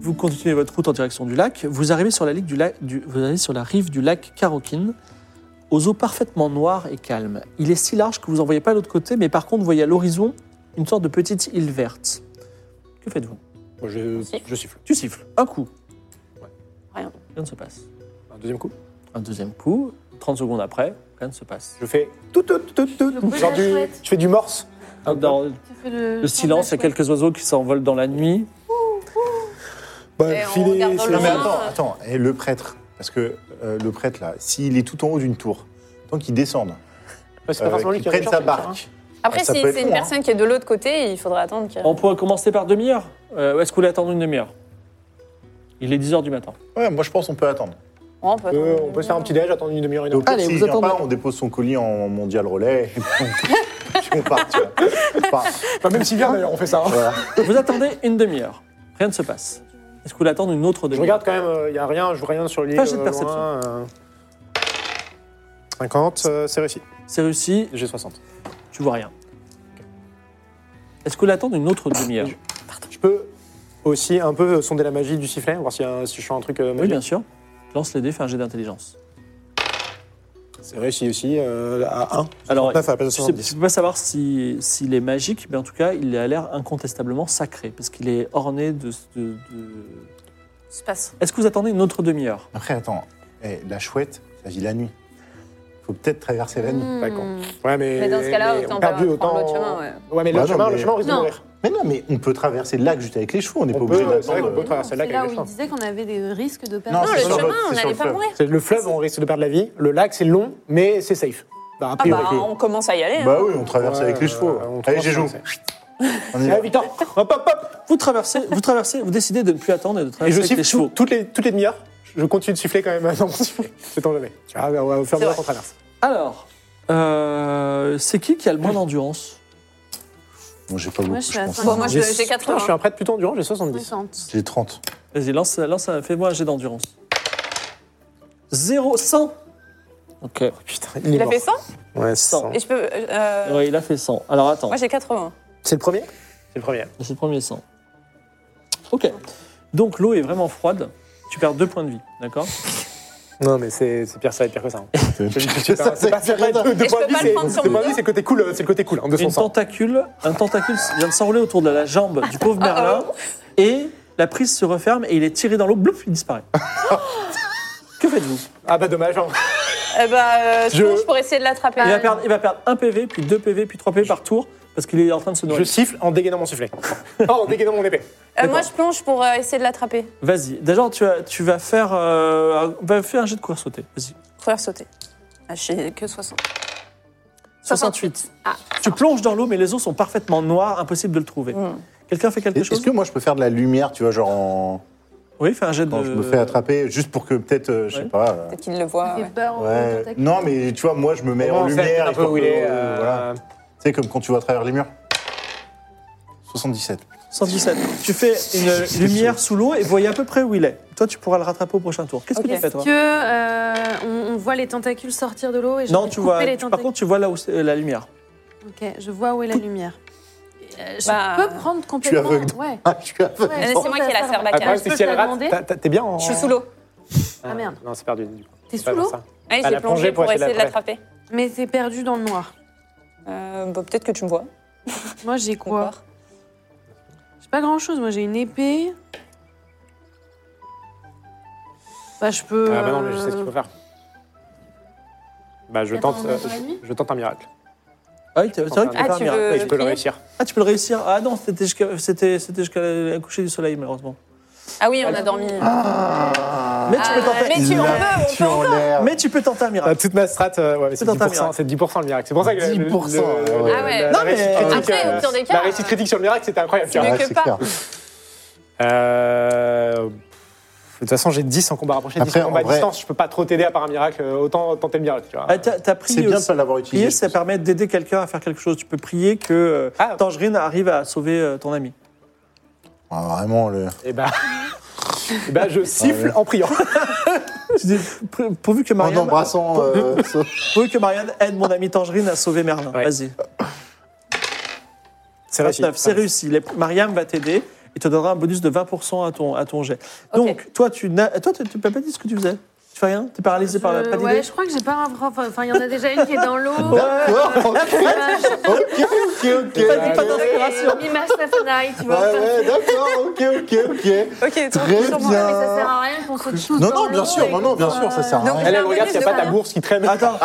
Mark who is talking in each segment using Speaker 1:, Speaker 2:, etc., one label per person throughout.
Speaker 1: Vous continuez votre route en direction du lac. Vous arrivez sur la, ligue du lac, du- vous arrivez sur la rive du lac Caroquine, aux eaux parfaitement noires et calmes. Il est si large que vous n'en voyez pas de l'autre côté, mais par contre, vous voyez à l'horizon une sorte de petite île verte. Que faites-vous
Speaker 2: Moi, je,
Speaker 3: siffle.
Speaker 2: je siffle.
Speaker 1: Tu siffles. Un coup.
Speaker 3: Rien.
Speaker 1: Rien ne se passe.
Speaker 2: Un deuxième coup.
Speaker 1: Un deuxième coup. 30 secondes après, rien ne se passe.
Speaker 2: Je fais tout, tout, tout, tout.
Speaker 3: bouge
Speaker 2: Genre
Speaker 3: la
Speaker 2: du-
Speaker 3: chouette.
Speaker 2: je fais du morse.
Speaker 1: Dans
Speaker 3: Tu fais le,
Speaker 1: le silence, il y a quelques oiseaux qui s'envolent dans la nuit.
Speaker 3: Ah.
Speaker 4: Bah,
Speaker 3: Et on
Speaker 4: filez,
Speaker 3: regarde dans
Speaker 4: c'est-
Speaker 3: le
Speaker 4: Non, mais
Speaker 3: loin.
Speaker 4: attends, attends. Et le prêtre, parce que euh, le prêtre, là, s'il est tout en haut d'une tour, tant qu'il descende,
Speaker 2: Ouais, c'est
Speaker 4: euh,
Speaker 2: pas forcément lui qui
Speaker 4: qu'il prenne
Speaker 2: a
Speaker 4: sa
Speaker 2: le charme,
Speaker 4: barque.
Speaker 3: Après,
Speaker 4: Ah, ça
Speaker 3: si
Speaker 4: peut être
Speaker 3: c'est une
Speaker 4: long, hein.
Speaker 3: personne qui est de l'autre côté, il faudra attendre qu'il.
Speaker 1: On pourrait commencer par demi-heure. Euh, Est-ce que vous voulez attendre une demi-heure Il est 10h du matin.
Speaker 4: Ouais, moi, je pense qu'on peut attendre.
Speaker 3: Oh, on peut
Speaker 2: hein. Euh,
Speaker 3: attendre.
Speaker 2: on peut se faire un petit déj, attendre une demi-heure, une heure.
Speaker 4: Donc,
Speaker 1: Allez,
Speaker 4: s'il
Speaker 1: vous
Speaker 4: vient
Speaker 1: attendez.
Speaker 4: pas, on dépose son colis en mondial relais. Et puis on- puis on part, tu vois. Enfin,
Speaker 2: Enfin, même s'il vient d'ailleurs, on fait ça. hein.
Speaker 4: voilà.
Speaker 1: Vous attendez une demi-heure. Rien ne se passe. Est-ce que vous voulez attendre une autre
Speaker 2: Je
Speaker 1: demi-heure
Speaker 2: regarde quand même, il n'y a rien, je vois rien sur l'île.
Speaker 1: Pas jet de
Speaker 2: euh,
Speaker 1: perception.
Speaker 2: loin, euh. 50, euh, c'est réussi.
Speaker 1: C'est réussi,
Speaker 2: J'ai 60.
Speaker 1: tu vois rien. Est-ce que vous voulez attendre une autre demi-heure
Speaker 2: Ah, Je peux aussi un peu euh, sonder la magie du sifflet, voir s'il y a un- si je sens un truc euh,
Speaker 1: Oui,
Speaker 2: magique.
Speaker 1: bien sûr. Lance les dés, fais un jet d'intelligence.
Speaker 2: c'est réussi aussi, euh, à 1.
Speaker 1: Alors,
Speaker 2: 9 à la place de
Speaker 1: tu ne peux,
Speaker 2: 70.
Speaker 1: pas savoir si- s'il est magique, mais en tout cas, il a l'air incontestablement sacré, parce qu'il est orné de... de- de-
Speaker 3: se passe.
Speaker 1: Est-ce que vous attendez une autre demi-heure
Speaker 4: Après, attends. Eh, la chouette, ça vit la nuit. Faut peut-être traverser la nuit.
Speaker 3: Hmm.
Speaker 2: D'accord. Ouais, mais,
Speaker 3: Mais dans ce cas-là,
Speaker 2: mais on
Speaker 3: autant
Speaker 2: perd
Speaker 3: pas
Speaker 2: du-
Speaker 3: prendre l'autre
Speaker 2: autant-
Speaker 3: chemin. ouais.
Speaker 2: Ouais, mais
Speaker 4: Bah
Speaker 2: le
Speaker 4: non,
Speaker 2: chemin, le
Speaker 4: mais-
Speaker 2: chemin risque de
Speaker 3: Non.
Speaker 2: mourir.
Speaker 4: Mais non, mais on peut traverser le lac juste avec les chevaux. On n'est
Speaker 2: On
Speaker 4: pas obligé
Speaker 2: peut, hein, c'est vrai
Speaker 4: d'attendre.
Speaker 2: qu'on peut traverser
Speaker 5: C'est
Speaker 2: le lac
Speaker 5: là
Speaker 2: avec
Speaker 5: où
Speaker 2: les
Speaker 5: il
Speaker 2: chevaux.
Speaker 5: disait qu'on avait des risques de
Speaker 4: Non,
Speaker 5: perdre.
Speaker 3: Non,
Speaker 4: c'est
Speaker 3: le
Speaker 4: sur
Speaker 3: chemin,
Speaker 4: l'autre,
Speaker 3: on
Speaker 4: c'est sur
Speaker 3: n'allait
Speaker 4: le
Speaker 3: pas
Speaker 4: fleuve.
Speaker 3: mourir.
Speaker 2: C'est- Le fleuve, on risque de perdre la vie. Le lac, c'est long, mais c'est safe. Bah, a
Speaker 3: Ah
Speaker 2: priori.
Speaker 3: bah, on commence à y aller. hein.
Speaker 4: Bah oui, on traverse
Speaker 2: Ouais,
Speaker 4: avec les chevaux.
Speaker 2: euh, on
Speaker 4: Allez,
Speaker 2: traverse,
Speaker 4: j'ai joué.
Speaker 2: c'est-
Speaker 4: On y va.
Speaker 2: Allez, Victor, hop, hop, hop
Speaker 1: Vous traversez, vous traversez, vous décidez de ne plus attendre et de
Speaker 2: Et
Speaker 1: traverser
Speaker 2: je
Speaker 1: avec
Speaker 2: siffle
Speaker 1: les chevaux.
Speaker 2: tout- toutes les, toutes les demi-heures. Je continue de siffler quand même dans mon sifflet. C'est tant jamais. Tu vois, on va faire
Speaker 3: C'est
Speaker 2: bien
Speaker 3: vrai.
Speaker 2: qu'on traverse.
Speaker 1: Alors, euh, c'est qui qui a le moins d'endurance
Speaker 4: Bon, j'ai pas beaucoup,
Speaker 5: je suis
Speaker 4: je
Speaker 5: à
Speaker 4: pense.
Speaker 5: cinq.
Speaker 3: Bon, moi, je- j'ai hein.
Speaker 2: Putain, Je suis
Speaker 3: 80.
Speaker 2: un prêtre plutôt endurant, j'ai 70.
Speaker 5: 50.
Speaker 4: J'ai 30.
Speaker 1: Vas-y, lance, lance, un- fais-moi un jet d'endurance. 0, 100 Ok,
Speaker 2: Putain, est
Speaker 3: Il a
Speaker 2: mort.
Speaker 3: fait 100
Speaker 2: Ouais,
Speaker 1: Cent.
Speaker 3: Et je peux. euh,
Speaker 1: ouais, il a fait 100. Alors attends,
Speaker 3: Moi, j'ai 80.
Speaker 2: C'est le premier C'est le premier.
Speaker 1: c'est le premier 100. Ok, donc l'eau est vraiment froide. Tu perds deux points de vie, d'accord
Speaker 2: Non, mais c'est c'est pire, ça va être pire que ça. hein. Je dis que C'est pas-
Speaker 4: Ça,
Speaker 2: c'est pas c'est pas- de- de
Speaker 3: Et je
Speaker 2: point
Speaker 3: peux
Speaker 2: de vue,
Speaker 3: pas le prendre
Speaker 2: c'est-
Speaker 3: sur
Speaker 2: de
Speaker 3: mon
Speaker 2: point de vue,
Speaker 3: dos.
Speaker 2: c'est le côté cool, euh, c'est le côté cool hein, de son
Speaker 1: Une
Speaker 2: sang.
Speaker 1: tentacule, un tentacule vient de s'enrouler autour de la jambe du pauvre Merlin et la prise se referme et il est tiré dans l'eau, blouf, il disparaît. que faites-vous
Speaker 2: Ah bah dommage. hein.
Speaker 3: Eh bah, euh,
Speaker 2: Je-
Speaker 3: je... je pourrais essayer de l'attraper. Euh,
Speaker 1: il va, perdre, il va perdre un PV, puis 2 PV, puis 3 PV par tour parce qu'il est en train de se
Speaker 2: Je
Speaker 1: nourrir.
Speaker 2: siffle en dégainant mon sifflet. Oh, en dégainant mon épée.
Speaker 3: Euh, moi, je plonge pour euh, essayer de l'attraper.
Speaker 1: Vas-y, d'abord tu, vas- tu vas faire, euh, un- va faire un jet de courir sauter. Vas-y.
Speaker 3: Courir sauter. Ah, j'ai que 60.
Speaker 1: 68.
Speaker 3: Ah.
Speaker 1: Tu plonges dans l'eau, mais les eaux sont parfaitement noires, impossible de le trouver.
Speaker 3: Hmm.
Speaker 1: Quelqu'un fait quelque
Speaker 4: Est-ce
Speaker 1: chose
Speaker 4: que moi je peux faire de la lumière, tu vois, genre en-
Speaker 1: Oui, fais un jet
Speaker 4: quand
Speaker 1: de.
Speaker 4: je me fais attraper, juste pour que peut-être, euh, je
Speaker 1: Euh, Ouais.
Speaker 4: sais pas. euh,
Speaker 3: Peut-être qu'il le voit.
Speaker 2: Ah
Speaker 5: Il
Speaker 3: ouais.
Speaker 5: fait peur aux
Speaker 4: Ouais.
Speaker 5: tentacules.
Speaker 4: Non, mais tu vois, moi je me mets en
Speaker 2: On sait
Speaker 4: lumière.
Speaker 2: un
Speaker 4: et
Speaker 2: peu
Speaker 4: pour
Speaker 2: où il
Speaker 4: que-
Speaker 2: est.
Speaker 4: euh, voilà.
Speaker 3: Ah,
Speaker 2: euh,
Speaker 4: Tu sais, comme quand tu vas à travers les murs. 77.
Speaker 1: 117. Tu fais une lumière sous l'eau et voyez à peu près où il est. Toi, tu pourras le rattraper au prochain tour. Qu'est-ce
Speaker 3: Ok.
Speaker 1: que tu fais, toi
Speaker 5: Est-ce que euh, on, on voit les tentacules sortir de l'eau et
Speaker 1: Non,
Speaker 5: j'aurais
Speaker 1: tu
Speaker 5: coupé
Speaker 1: vois.
Speaker 5: les
Speaker 1: tu- par
Speaker 5: tentacules
Speaker 1: contre, tu vois là où c'est- euh, la lumière.
Speaker 5: Ok, je vois où est la lumière. Euh, je
Speaker 3: Bah,
Speaker 5: peux prendre complètement.
Speaker 4: aveugles.
Speaker 5: Ouais.
Speaker 4: Ah, je suis aveugle.
Speaker 5: ouais,
Speaker 3: Mais Euh, c'est moi qui ai la
Speaker 2: Ah,
Speaker 3: cervicale.
Speaker 2: le problème, c'est
Speaker 5: Après, je
Speaker 2: que
Speaker 5: peux
Speaker 2: si
Speaker 5: te
Speaker 2: elle
Speaker 5: la
Speaker 2: rate,
Speaker 5: demander
Speaker 2: t'as- t'as- t'es bien en.
Speaker 3: Je suis sous l'eau.
Speaker 5: Ah, merde.
Speaker 2: Non, c'est perdu. du coup.
Speaker 5: T'es
Speaker 2: C'est pas
Speaker 5: sous l'eau
Speaker 2: ça.
Speaker 3: Ouais,
Speaker 2: Elle
Speaker 3: j'ai
Speaker 2: a plongé
Speaker 3: plongé
Speaker 2: pour
Speaker 3: pour
Speaker 2: essayer
Speaker 3: essayer de
Speaker 2: de
Speaker 3: l'attraper.
Speaker 5: Mais c'est perdu dans le noir.
Speaker 3: Euh, bah, Peut-être que tu me vois.
Speaker 5: Moi, j'ai quoi
Speaker 3: Encore.
Speaker 5: J'ai pas grand chose. Moi, j'ai une épée. Bah, je peux.
Speaker 2: Ah bah non, mais je
Speaker 5: euh,
Speaker 2: sais ce qu'il faut faire. Bah je
Speaker 5: Attends,
Speaker 2: tente,
Speaker 5: on
Speaker 2: euh,
Speaker 5: est dans la nuit
Speaker 2: je, je tente un miracle.
Speaker 1: Ah oui, t'as- c'est vrai que tu peux
Speaker 2: Ah,
Speaker 1: faire un
Speaker 3: tu
Speaker 1: miracle.
Speaker 3: veux-
Speaker 1: Oui,
Speaker 2: Ouais,
Speaker 1: je
Speaker 2: je
Speaker 1: peux-
Speaker 2: peux le
Speaker 3: crier
Speaker 2: réussir.
Speaker 1: Ah, tu peux le réussir. Ah non, c'était jusqu'à c'était- c'était jusqu'à la coucher du soleil, malheureusement.
Speaker 3: Ah oui, on a dormi.
Speaker 1: Mais tu peux
Speaker 3: Ah,
Speaker 1: tenter,
Speaker 3: mais- tu en veux, on
Speaker 4: Là,
Speaker 3: peut
Speaker 4: tu en
Speaker 3: encore.
Speaker 4: l'air.
Speaker 1: mais tu peux tenter un
Speaker 2: Bah,
Speaker 1: miracle.
Speaker 2: toute ma strat, euh, ouais, mais c'est
Speaker 1: dans ta
Speaker 2: 10%,
Speaker 1: miracle.
Speaker 2: c'est 10% le miracle. C'est pour ça que la- le- le-
Speaker 4: 10%, ah ouais.
Speaker 3: Ah ouais.
Speaker 2: la-
Speaker 1: Non,
Speaker 2: la
Speaker 1: mais-
Speaker 2: réussite
Speaker 1: Après,
Speaker 2: critique,
Speaker 3: au
Speaker 2: euh,
Speaker 3: pire des cas,
Speaker 2: La réussite critique sur le miracle, c'était incroyable. tu vois.
Speaker 3: mieux
Speaker 4: Ouais,
Speaker 3: que
Speaker 4: Ah, c'est
Speaker 3: pas.
Speaker 4: clair.
Speaker 2: Euh, De toute façon, j'ai 10 en combat rapproché, 10
Speaker 4: Après,
Speaker 2: en combat
Speaker 4: en
Speaker 2: à
Speaker 4: vrai-
Speaker 2: distance. Je peux pas trop t'aider à part un miracle. euh, Autant tenter le miracle. Tu vois.
Speaker 1: Ah, t'as t'as prié
Speaker 4: C'est bien de
Speaker 1: aussi.
Speaker 4: pas l'avoir utilisé,
Speaker 1: Prier,
Speaker 4: je
Speaker 1: ça
Speaker 4: pense.
Speaker 1: permet d'aider quelqu'un à faire quelque chose. Tu peux prier que euh,
Speaker 2: Ah.
Speaker 1: Tangerine arrive à sauver euh, ton ami.
Speaker 4: Ah, vraiment, le...
Speaker 2: Et bah, et bah, je siffle en priant.
Speaker 1: Tu dis, pr- pourvu que
Speaker 4: en
Speaker 1: Marianne,
Speaker 4: embrassant. euh, ça-
Speaker 1: pourvu que Marianne aide mon ami Tangerine à sauver Merlin.
Speaker 2: Ouais.
Speaker 1: Vas-y.
Speaker 2: C'est
Speaker 1: 29, c'est réussi. Les- Mariam va t'aider et te donnera un bonus de 20% à ton, à ton jet. Donc, toi, tu n'as toi, tu- tu n'as pas dit ce que tu faisais Tu fais rien T'es paralysé par la
Speaker 5: Euh,
Speaker 1: pas d'idée
Speaker 5: ouais, je crois que j'ai pas un prof. Enfin, il y en a déjà une qui est dans l'eau.
Speaker 4: D'accord,
Speaker 5: Euh,
Speaker 4: ok, ok, ok.
Speaker 1: Pas- pas d'inspiration.
Speaker 5: Image Safenai, tu
Speaker 4: Ouais,
Speaker 5: vois. comme
Speaker 4: ouais, d'accord, ok, ok, ok.
Speaker 3: Ok, donc,
Speaker 4: Très
Speaker 5: ça. Non, mais ça sert
Speaker 4: bien.
Speaker 5: à rien qu'on se tous
Speaker 4: Non,
Speaker 5: dans
Speaker 4: non, bien
Speaker 5: l'eau
Speaker 4: sûr,
Speaker 5: et
Speaker 4: non, non,
Speaker 5: qu'on
Speaker 4: bien
Speaker 5: soit-
Speaker 4: sûr, ça sert à
Speaker 3: Donc,
Speaker 4: rien.
Speaker 2: Elle, elle regarde s'il n'y a pas ta bourse qui traîne,
Speaker 1: Attends,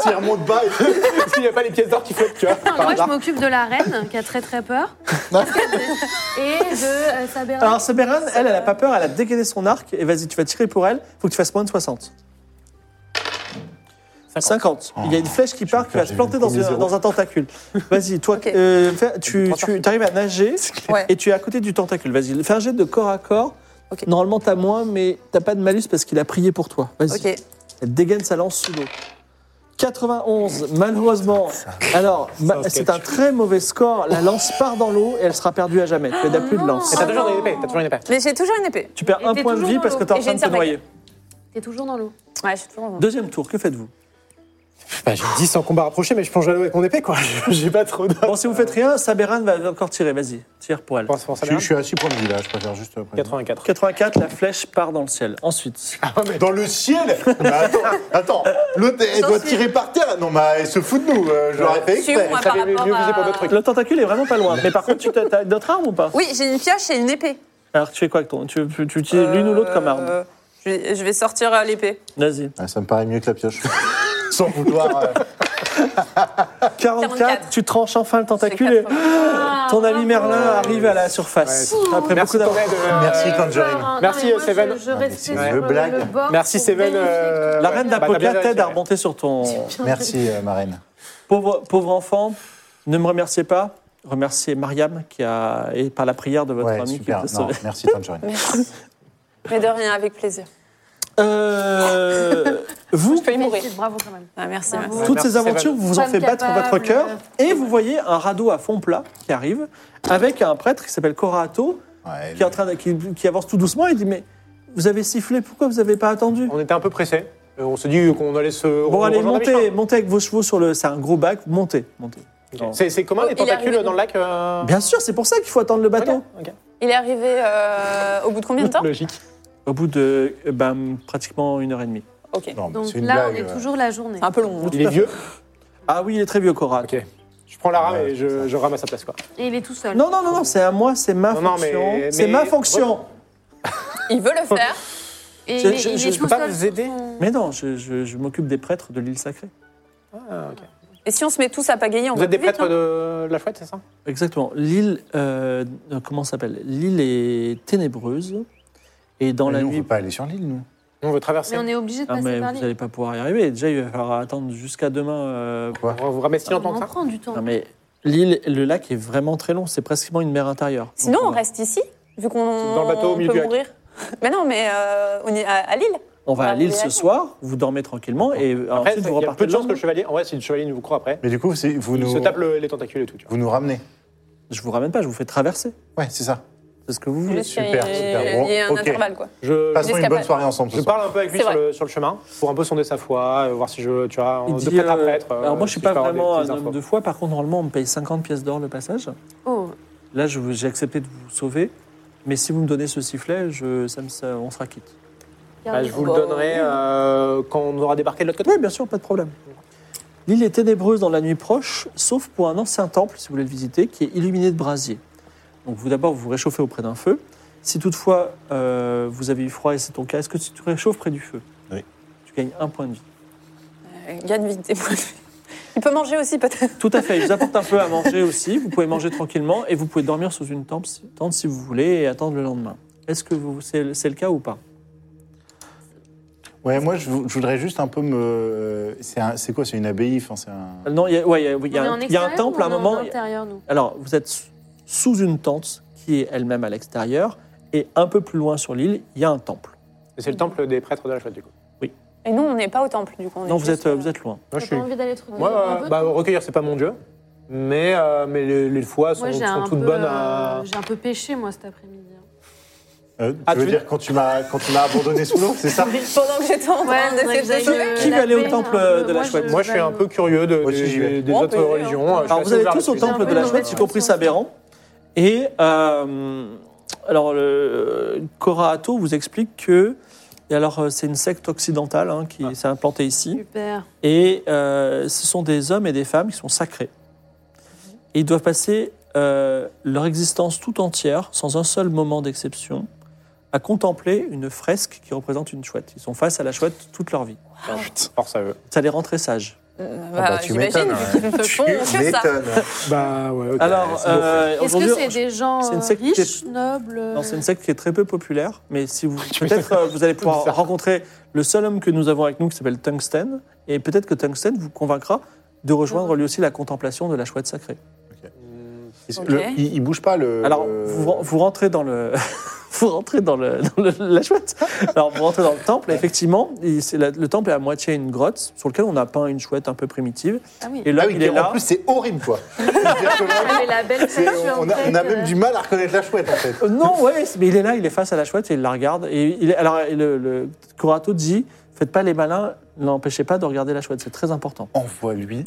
Speaker 4: Si elle remonte bas, elle-
Speaker 2: s'il n'y a pas les pièces d'or qui flottent, tu vois.
Speaker 5: Non, moi, je m'occupe de la reine qui a très très peur. et de euh, sa bérette.
Speaker 1: alors Sabérane, elle, elle a pas peur, elle a dégainé son arc et vas-y, tu vas tirer pour elle, faut que tu fasses moins de 60. 50. Il y a une flèche qui part qui va se planter dans,
Speaker 4: premier
Speaker 1: un-
Speaker 4: zéro.
Speaker 1: dans un tentacule. Vas-y, toi,
Speaker 3: Ok.
Speaker 1: euh, fais- tu, tu arrives à nager
Speaker 3: Ouais.
Speaker 1: et tu es à côté du tentacule. Vas-y, fais un jet de corps à corps.
Speaker 3: Ok.
Speaker 1: Normalement, t'as moins, mais t'as pas de malus parce qu'il a prié pour toi. Vas-y.
Speaker 3: ok.
Speaker 1: Elle dégaine sa lance sous l'eau. 91, malheureusement. Alors, ma-
Speaker 2: ok.
Speaker 1: c'est un très mauvais score. La lance part dans l'eau et elle sera perdue à jamais. Tu n'as plus de
Speaker 3: Ah,
Speaker 1: lance.
Speaker 2: Mais t'as toujours une épée, t'as toujours une épée.
Speaker 3: Mais j'ai toujours une épée.
Speaker 1: Tu perds
Speaker 5: Et
Speaker 1: un
Speaker 5: t'es
Speaker 1: point de
Speaker 5: toujours
Speaker 1: vie
Speaker 5: dans
Speaker 1: parce que
Speaker 5: l'eau.
Speaker 1: t'es en
Speaker 3: Et
Speaker 1: train
Speaker 3: j'ai
Speaker 1: de te
Speaker 3: une
Speaker 1: noyer.
Speaker 5: T'es toujours dans l'eau.
Speaker 3: Ouais, je suis toujours en
Speaker 1: Deuxième tour, que faites-vous
Speaker 2: Bah, j'ai 10 en combat rapproché, mais je plonge à l'eau avec mon épée, quoi. J'ai pas trop de.
Speaker 1: Bon, si vous faites rien, Saberan va encore tirer. Vas-y, tire pour elle.
Speaker 2: Pense- hein. pense à
Speaker 4: Je
Speaker 2: la-
Speaker 4: je suis à 6 points de vie là, je préfère juste. euh, prévenir.
Speaker 2: 84.
Speaker 1: 84, la flèche part dans le ciel. Ensuite,
Speaker 4: Ah, mais Dans le ciel Mais Attends, attends. L'autre, elle doit tirer par terre. Non, mais elle se fout de nous. euh, Je l'aurais fait
Speaker 3: Sur
Speaker 4: exprès.
Speaker 3: moi
Speaker 2: Ça
Speaker 3: par
Speaker 2: avait mieux visé pour
Speaker 3: rapport
Speaker 2: d'autres
Speaker 3: à...
Speaker 2: trucs.
Speaker 1: le tentacule est vraiment pas loin. Mais par contre, tu t'as- t'as d'autres armes ou pas
Speaker 3: Oui, j'ai une pioche et une épée.
Speaker 1: Alors, tu fais quoi avec ton Tu, tu- tu utilises l'une ou l'autre comme arme
Speaker 3: Euh, Je vais, je vais sortir euh, l'épée.
Speaker 1: Vas-y.
Speaker 4: Ah, Ça me paraît mieux que la pioche. Sans vouloir. euh,
Speaker 1: 44, tu tranches enfin le tentacule
Speaker 3: C'est Ah.
Speaker 1: et ton ami Merlin arrive à la surface. Après
Speaker 2: Merci
Speaker 1: beaucoup
Speaker 2: de ton
Speaker 1: d'avoir.
Speaker 2: aide. euh,
Speaker 4: Merci, Tangerine.
Speaker 5: Tangerine.
Speaker 2: Merci, Seven.
Speaker 5: Je, je restais
Speaker 4: c'est
Speaker 5: sur
Speaker 4: une
Speaker 5: le
Speaker 4: blague.
Speaker 5: bord
Speaker 2: Merci,
Speaker 5: pour
Speaker 2: Seven.
Speaker 5: vérifier
Speaker 2: euh,
Speaker 1: La reine
Speaker 2: bah, t'as bien
Speaker 1: d'Apoca
Speaker 2: vérifié,
Speaker 1: t'aide à
Speaker 2: ouais.
Speaker 1: remonter sur ton.
Speaker 4: Merci, euh, ma reine.
Speaker 1: Pauvre, pauvre enfant, ne me remerciez pas. Remerciez Mariam qui a. et par la prière de votre
Speaker 4: Ouais,
Speaker 1: ami
Speaker 4: super.
Speaker 1: qui vous a
Speaker 4: Non,
Speaker 1: sauvé.
Speaker 4: merci, Tangerine.
Speaker 3: Merci. Mais de rien, avec plaisir.
Speaker 1: Euh, vous,
Speaker 3: Je peux y
Speaker 5: que-
Speaker 3: mourir.
Speaker 5: Bravo quand même.
Speaker 3: Ah, merci,
Speaker 5: Bravo.
Speaker 3: merci.
Speaker 1: toutes
Speaker 2: merci,
Speaker 1: ces aventures,
Speaker 2: Stéphane.
Speaker 1: vous vous en
Speaker 5: Femme
Speaker 1: fait battre
Speaker 5: capable.
Speaker 1: votre cœur et vous voyez un radeau à fond plat qui arrive avec un prêtre qui s'appelle Corato
Speaker 4: Ouais,
Speaker 1: qui, est en train de- qui, qui avance tout doucement et dit Mais vous avez sifflé, pourquoi vous n'avez pas attendu
Speaker 2: On était un peu pressés. Euh, On se dit qu'on allait se.
Speaker 1: Bon,
Speaker 2: re-
Speaker 1: allez,
Speaker 2: rejoindre à
Speaker 1: montez,
Speaker 2: mi-chemin.
Speaker 1: montez avec vos chevaux sur le. C'est un gros bac, montez, montez.
Speaker 2: Ok. C'est- C'est commun les
Speaker 3: Il est
Speaker 2: tentacules
Speaker 3: arrivé.
Speaker 2: dans le lac euh,
Speaker 1: Bien sûr, c'est pour ça qu'il faut attendre le bateau.
Speaker 2: ok.
Speaker 3: Il est arrivé euh, au bout de combien de temps
Speaker 2: Logique.
Speaker 1: Au bout de euh, ben, pratiquement une heure et demie.
Speaker 3: Ok.
Speaker 4: non, mais
Speaker 5: Donc
Speaker 4: c'est une
Speaker 5: là,
Speaker 4: blague.
Speaker 5: on est
Speaker 4: euh.
Speaker 5: toujours la journée.
Speaker 3: Un peu long. hein.
Speaker 2: Il est vieux.
Speaker 1: Ah oui, il est très vieux, Cora.
Speaker 2: Ok. Je prends la rame
Speaker 4: Ouais,
Speaker 2: et je, je ramasse à place, quoi.
Speaker 5: Et il est tout seul.
Speaker 1: Non, non, non, non, c'est à moi, c'est ma
Speaker 2: Non, non,
Speaker 1: fonction.
Speaker 2: mais-
Speaker 1: C'est
Speaker 2: mais-
Speaker 1: ma fonction.
Speaker 3: Il veut le faire.
Speaker 5: Et
Speaker 1: Je-
Speaker 5: il est,
Speaker 1: je-
Speaker 5: il
Speaker 1: je
Speaker 5: est
Speaker 1: peux
Speaker 5: tout
Speaker 2: pas
Speaker 5: seul
Speaker 2: vous
Speaker 5: sur
Speaker 2: aider
Speaker 5: son-
Speaker 1: Mais non, je, je- je m'occupe des prêtres de l'île sacrée.
Speaker 2: Ah, ok.
Speaker 3: Et si on se met tous à pagayer, on
Speaker 2: Vous
Speaker 3: va
Speaker 2: êtes des
Speaker 3: plus vite,
Speaker 2: prêtres
Speaker 3: hein.
Speaker 2: de la chouette, c'est ça
Speaker 1: Exactement. L'île, euh, euh, comment ça s'appelle L'île est ténébreuse. Et dans
Speaker 4: Mais
Speaker 1: la
Speaker 4: nous,
Speaker 1: nuit.
Speaker 4: on peut pas aller sur l'île, nous.
Speaker 2: On veut traverser.
Speaker 5: Mais on est obligé de
Speaker 1: Ah,
Speaker 5: passer
Speaker 1: mais vous
Speaker 5: par
Speaker 1: n'allez
Speaker 5: l'île.
Speaker 1: pas pouvoir y arriver. Déjà, il va falloir attendre jusqu'à demain. euh,
Speaker 2: On va vous ramener si
Speaker 5: On
Speaker 2: longtemps que
Speaker 5: en
Speaker 2: ça
Speaker 5: prend du temps.
Speaker 1: Non, mais l'île, le lac est vraiment très long. C'est pratiquement une mer intérieure.
Speaker 3: Sinon,
Speaker 1: Donc,
Speaker 3: on reste ici, vu qu'on
Speaker 2: Dans le bateau, au milieu
Speaker 3: peut
Speaker 2: du lac.
Speaker 3: mourir. Mais non, mais euh, on est à, à Lille.
Speaker 1: On va à l'île
Speaker 3: arriver à
Speaker 1: ce
Speaker 3: Lille.
Speaker 1: soir, vous dormez tranquillement et
Speaker 2: Après,
Speaker 1: ensuite vous
Speaker 2: il y a
Speaker 1: repartez.
Speaker 2: peu de chances
Speaker 1: le
Speaker 2: que le
Speaker 1: lendemain.
Speaker 2: chevalier. En vrai, si le chevalier nous croit après,
Speaker 4: Mais du coup, c'est- vous
Speaker 2: il se
Speaker 4: nous.
Speaker 2: tape le- les tentacules et tout, tu vois.
Speaker 4: Vous nous ramenez.
Speaker 1: Je vous ramène pas, je vous fais traverser.
Speaker 4: Ouais, c'est ça.
Speaker 1: C'est ce que vous voulez.
Speaker 3: Juste qu'il y ait-
Speaker 4: super, super.
Speaker 3: Il y a un
Speaker 4: Bon, ok.
Speaker 3: intervalle, quoi.
Speaker 2: Je,
Speaker 4: Passons une
Speaker 3: Jusqu'à
Speaker 4: bonne
Speaker 3: pas-
Speaker 4: soirée ensemble ce
Speaker 2: je
Speaker 4: soir.
Speaker 2: parle un peu avec lui
Speaker 3: C'est
Speaker 2: sur
Speaker 3: vrai.
Speaker 2: le, sur le chemin pour un peu sonder sa foi, euh, voir si je, tu vois,
Speaker 1: Il
Speaker 2: de
Speaker 1: dit,
Speaker 2: prêtre à
Speaker 1: euh,
Speaker 2: prêtre. euh,
Speaker 1: alors moi, je suis
Speaker 2: si
Speaker 1: pas
Speaker 2: peux avoir des
Speaker 1: vraiment un
Speaker 2: petites
Speaker 1: homme
Speaker 2: infos.
Speaker 1: de foi. Par contre, normalement, on me paye 50 pièces d'or le passage.
Speaker 5: Oh,
Speaker 1: Là, je vous- j'ai accepté de vous sauver. Mais si vous me donnez ce sifflet, je, ça me- ça- on sera quitte.
Speaker 2: Bah,
Speaker 5: regardez.
Speaker 2: je vous le
Speaker 3: Bon.
Speaker 2: donnerai euh, quand on aura débarqué de l'autre côté.
Speaker 1: Oui, bien sûr, pas de problème. L'île est ténébreuse dans la nuit proche, sauf pour un ancien temple, si vous voulez le visiter, qui est illuminé de brasier. Donc vous d'abord, vous vous réchauffez auprès d'un feu. Si toutefois, euh, vous avez eu froid et c'est ton cas, est-ce que tu te réchauffes près du feu
Speaker 4: Oui.
Speaker 1: Tu gagnes un point de vie.
Speaker 3: Euh, Gagne vite des points de vie. Il peut manger aussi, peut-être.
Speaker 1: Tout à fait, il vous apporte un peu à manger aussi. Vous pouvez manger tranquillement et vous pouvez dormir sous une tente si- tente si vous voulez et attendre le lendemain. Est-ce que vous- c'est c'est le cas ou pas
Speaker 4: Ouais, moi, je, vou- je voudrais juste un peu me. euh, C'est un- c'est quoi C'est une abbaye enfin, c'est un...
Speaker 1: Non, il y a, ouais, il y a- il y a
Speaker 5: On est
Speaker 1: un- il y a un
Speaker 5: en extérieur
Speaker 1: temple
Speaker 5: ou
Speaker 1: à un
Speaker 5: on est en
Speaker 1: moment.
Speaker 5: intérieur, nous.
Speaker 1: Alors, vous êtes s- sous une tente qui est elle-même à l'extérieur et un peu plus loin sur l'île, il y a un temple.
Speaker 2: C'est le temple des prêtres de la chouette, du coup.
Speaker 3: Et nous, on n'est pas au temple, du coup. on est
Speaker 1: Non, vous
Speaker 3: juste,
Speaker 1: êtes, euh,
Speaker 3: euh,
Speaker 1: vous êtes loin.
Speaker 2: Moi,
Speaker 5: T'as
Speaker 2: je
Speaker 5: pas
Speaker 2: suis.
Speaker 5: envie d'aller trop
Speaker 2: Moi,
Speaker 5: un
Speaker 2: euh,
Speaker 5: peu,
Speaker 2: bah,
Speaker 5: toi
Speaker 2: recueillir, c'est pas mon dieu. Mais, euh, mais les, les fois sont,
Speaker 5: Moi, j'ai
Speaker 2: sont
Speaker 5: un
Speaker 2: toutes
Speaker 5: peu,
Speaker 2: bonnes
Speaker 5: euh,
Speaker 2: à.
Speaker 5: J'ai un peu pêché, moi, cet après-midi. hein.
Speaker 4: Euh, tu
Speaker 1: Ah,
Speaker 4: veux
Speaker 1: tu-
Speaker 4: dire quand tu m'as quand tu m'as abandonné sous l'eau, c'est ça
Speaker 3: Pendant que j'étais en train d'essayer de
Speaker 5: euh,
Speaker 3: sauver.
Speaker 1: Qui veut aller au
Speaker 5: hein.
Speaker 1: temple de la chouette
Speaker 2: hein. Moi, je suis un peu curieux de,
Speaker 4: Moi aussi,
Speaker 2: des-
Speaker 4: j'y vais.
Speaker 2: des
Speaker 3: Moi, on
Speaker 2: autres
Speaker 3: peut y aller,
Speaker 2: religions.
Speaker 3: hein.
Speaker 2: euh, je suis
Speaker 1: Alors, vous
Speaker 2: assez
Speaker 1: allez
Speaker 2: ouvert
Speaker 1: tous au
Speaker 2: là-dessus.
Speaker 1: temple de la chouette, y compris Sabéran. Et euh, alors, le, Korahato vous explique que. Et alors, euh, c'est une secte occidentale hein, qui s'est implantée ici.
Speaker 5: Super.
Speaker 1: Et euh, ce sont des hommes et des femmes qui sont sacrés. Et ils doivent passer euh, leur existence tout entière, sans un seul moment d'exception, à contempler une fresque qui représente une chouette. Ils sont face à la chouette toute leur vie.
Speaker 2: Force à eux.
Speaker 1: Ça les rend très sages.
Speaker 3: Euh,
Speaker 4: Ah
Speaker 3: bah, J'imagine, vu qu'ils ne font que ça.
Speaker 2: Bah ouais, ok.
Speaker 1: Alors,
Speaker 2: c'est beau.
Speaker 1: euh,
Speaker 5: Est-ce que
Speaker 1: aujourd'hui,
Speaker 5: c'est des gens
Speaker 1: c'est une
Speaker 5: euh,
Speaker 1: secte qui est-
Speaker 5: riches, nobles
Speaker 1: Non, c'est une secte qui est très peu populaire, mais si vous peut-être euh, vous allez pouvoir
Speaker 2: bizarre.
Speaker 1: rencontrer le seul homme que nous avons avec nous qui s'appelle Tungsten, et peut-être que Tungsten vous convaincra de rejoindre lui aussi la contemplation de la chouette sacrée.
Speaker 4: Est-ce
Speaker 3: Ok.
Speaker 4: que le- il, il bouge pas le.
Speaker 1: Alors
Speaker 4: le-
Speaker 1: vous, ren- vous rentrez dans le vous rentrez dans, le, dans le- la chouette. Alors vous rentrez dans le temple. et effectivement, il- c'est la- le temple est à moitié une grotte sur lequel on a peint une chouette un peu primitive.
Speaker 5: Ah oui.
Speaker 1: Et là,
Speaker 4: Ah oui,
Speaker 1: il est
Speaker 4: en
Speaker 1: là.
Speaker 4: plus c'est horrible quoi. C'est-à-dire que vraiment,
Speaker 5: Ah, mais la belle
Speaker 4: c'est-
Speaker 5: statue en
Speaker 4: on, a, on a
Speaker 5: tête,
Speaker 4: même
Speaker 5: euh,
Speaker 4: du mal à reconnaître la chouette en fait.
Speaker 1: Euh, Non, ouais, mais il est là, il est face à la chouette et il la regarde. Et il est- alors, et le, le Corato dit Faites pas les malins, n'empêchez pas de regarder la chouette, c'est très important.
Speaker 4: Envoie-lui.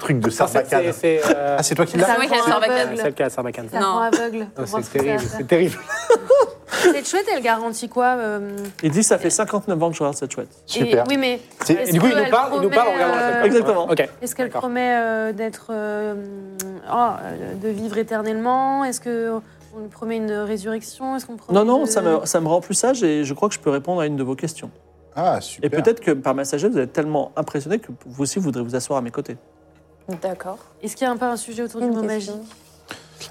Speaker 4: Truc de
Speaker 2: Ça, c'est-
Speaker 4: sarbacane.
Speaker 2: c'est- c'est, euh,
Speaker 4: Ah, c'est toi qui
Speaker 3: C'est
Speaker 4: l'as
Speaker 3: moi qui ai la
Speaker 5: C'est-
Speaker 3: sarbacane.
Speaker 5: c'est-
Speaker 2: celle qui a la sarbacane.
Speaker 5: Ça
Speaker 3: Non.
Speaker 5: rend aveugle.
Speaker 2: Non,
Speaker 5: pour voir
Speaker 2: Ah, C'est
Speaker 5: ce que
Speaker 2: terrible,
Speaker 5: ça va
Speaker 2: c'est terrible.
Speaker 5: faire. Cette chouette, elle garantit quoi euh,
Speaker 1: Il dit Ça fait 59 ans que je regarde cette chouette.
Speaker 5: et-
Speaker 4: Super.
Speaker 5: Oui, mais
Speaker 4: C'est-
Speaker 5: est-ce
Speaker 2: Et du coup, il nous
Speaker 5: qu'elle
Speaker 2: parle, il nous parle en
Speaker 5: promet,
Speaker 2: regardant la
Speaker 5: euh,
Speaker 2: tête.
Speaker 1: Exactement.
Speaker 2: Ok.
Speaker 5: Est-ce qu'elle
Speaker 2: D'accord.
Speaker 5: promet euh, d'être euh, oh, euh, de vivre éternellement Est-ce que on lui promet une résurrection Est-ce qu'on promet
Speaker 1: Non, non,
Speaker 5: de-
Speaker 1: ça me, ça me rend plus sage et je crois que je peux répondre à une de vos questions.
Speaker 4: Ah,
Speaker 1: Et
Speaker 4: super.
Speaker 1: peut-être que par ma sagesse, vous êtes tellement impressionné que vous aussi, vous voudrez vous asseoir à mes côtés.
Speaker 3: euh, D'accord.
Speaker 5: Est-ce qu'il y a un peu un sujet autour du
Speaker 3: Une
Speaker 5: mot magie
Speaker 3: question.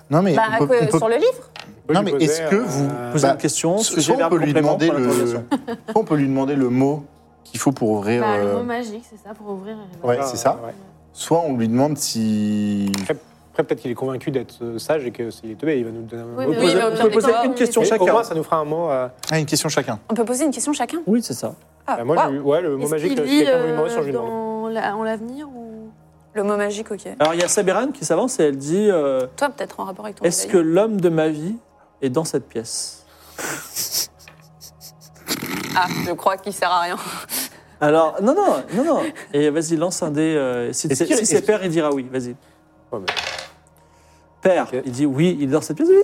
Speaker 4: Non, mais.
Speaker 3: Bah,
Speaker 4: on peut-
Speaker 3: à quoi-
Speaker 4: on peut-
Speaker 3: sur le livre
Speaker 4: Non, mais est-ce que
Speaker 2: euh,
Speaker 4: vous-
Speaker 1: Vous
Speaker 4: Bah,
Speaker 1: avez une question
Speaker 4: soit
Speaker 1: sujet,
Speaker 4: on
Speaker 1: verbe,
Speaker 4: peut lui
Speaker 1: complément,
Speaker 4: demander
Speaker 1: point
Speaker 4: le.
Speaker 1: d'interrogation.
Speaker 4: soit on peut lui demander le mot qu'il faut pour ouvrir.
Speaker 5: Bah, Le
Speaker 4: euh,
Speaker 5: mot magique, c'est ça, pour ouvrir. et-
Speaker 4: Ouais, c'est ça. Soit on lui demande si.
Speaker 2: Après, peut-être qu'il est convaincu d'être euh, sage et que s'il est teubé, il va nous donner un mot.
Speaker 5: Oui,
Speaker 1: Vous
Speaker 5: mais
Speaker 1: posez-
Speaker 3: mais au
Speaker 1: vous
Speaker 3: pire des
Speaker 1: posez
Speaker 3: cas,
Speaker 1: une
Speaker 3: on
Speaker 1: question
Speaker 3: essaie.
Speaker 2: Et Au
Speaker 1: chacun.
Speaker 2: moins, ça nous fera un mot. euh,
Speaker 4: Ah, une question chacun.
Speaker 3: On peut poser une question chacun
Speaker 1: Oui, c'est ça.
Speaker 3: Ah,
Speaker 2: bah, moi,
Speaker 3: waouh.
Speaker 2: j'ai eu- ouais, le mot
Speaker 5: Est-ce
Speaker 2: magique,
Speaker 5: qu'il
Speaker 2: euh,
Speaker 5: vit
Speaker 2: si quelqu'un veut
Speaker 5: euh,
Speaker 2: lui demander, sur je lui demande.
Speaker 5: dans la- en l'avenir ou...
Speaker 3: Le mot magique, ok.
Speaker 1: Alors, il y a Sabéran qui s'avance et elle dit euh,
Speaker 3: Toi, peut-être en rapport avec ton
Speaker 1: Est-ce que
Speaker 3: réveil.
Speaker 1: l'homme de ma vie est dans cette pièce
Speaker 3: Ah, je crois qu'il sert à rien.
Speaker 1: Alors, non, non, non, non. Et vas-y, lance un dé. euh, si
Speaker 2: Est-ce
Speaker 1: si
Speaker 2: qu'il-
Speaker 1: c'est
Speaker 2: est-ce-
Speaker 1: père, il dira oui, vas-y.
Speaker 2: Ouais, mais-
Speaker 1: Père,
Speaker 2: Ok.
Speaker 1: il dit oui, il est dans cette pièce, oui.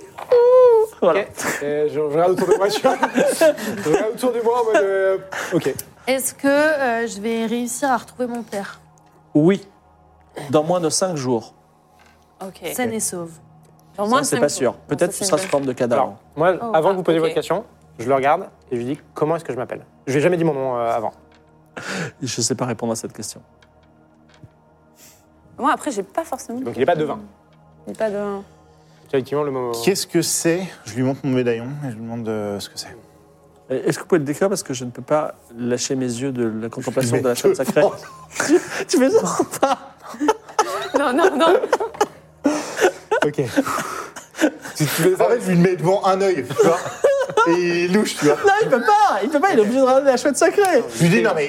Speaker 1: Voilà.
Speaker 2: Ok. Euh, Je je regarde autour de moi, tu vois. Je regarde autour de moi en mode. euh, Ok.
Speaker 5: Est-ce que euh, je vais réussir à retrouver mon père
Speaker 1: Oui. Dans moins de cinq jours.
Speaker 3: Ok.
Speaker 5: Saine et sauve.
Speaker 3: Au
Speaker 1: Ça, c'est
Speaker 3: cinq
Speaker 1: pas
Speaker 3: jours.
Speaker 1: sûr.
Speaker 3: Non,
Speaker 1: Peut-être
Speaker 3: ça,
Speaker 1: ce
Speaker 3: c'est
Speaker 1: sera
Speaker 3: une
Speaker 1: sous forme de cadavre.
Speaker 2: Alors, moi,
Speaker 5: Oh,
Speaker 2: avant que vous posiez
Speaker 3: ah, ok.
Speaker 2: votre question, je le regarde et je lui dis comment est-ce que je m'appelle Je lui ai jamais dit mon nom euh, avant.
Speaker 1: Je sais pas répondre à cette question.
Speaker 3: bonne- Moi, après, j'ai pas forcément.
Speaker 2: Donc, il n'est pas devin.
Speaker 3: J'ai pas de.
Speaker 2: C'est effectivement le mot.
Speaker 4: Qu'est-ce que c'est Je lui montre mon médaillon et je lui demande euh, ce que c'est.
Speaker 1: Euh, Est-ce que vous pouvez le décrire parce que je ne peux pas lâcher mes yeux de la contemplation
Speaker 4: Mais
Speaker 1: de la chatte sacrée.
Speaker 4: devant.
Speaker 1: tu fais ça ou pas
Speaker 3: Non, non, non.
Speaker 2: Ok. si tu fais
Speaker 4: En
Speaker 2: ça,
Speaker 4: fait, je lui mets devant un œil, tu vois. Et il louche, tu vois.
Speaker 1: Non, il peut pas, il peut pas, il est obligé de ramener la chouette sacrée.
Speaker 4: Je lui dis, non, mais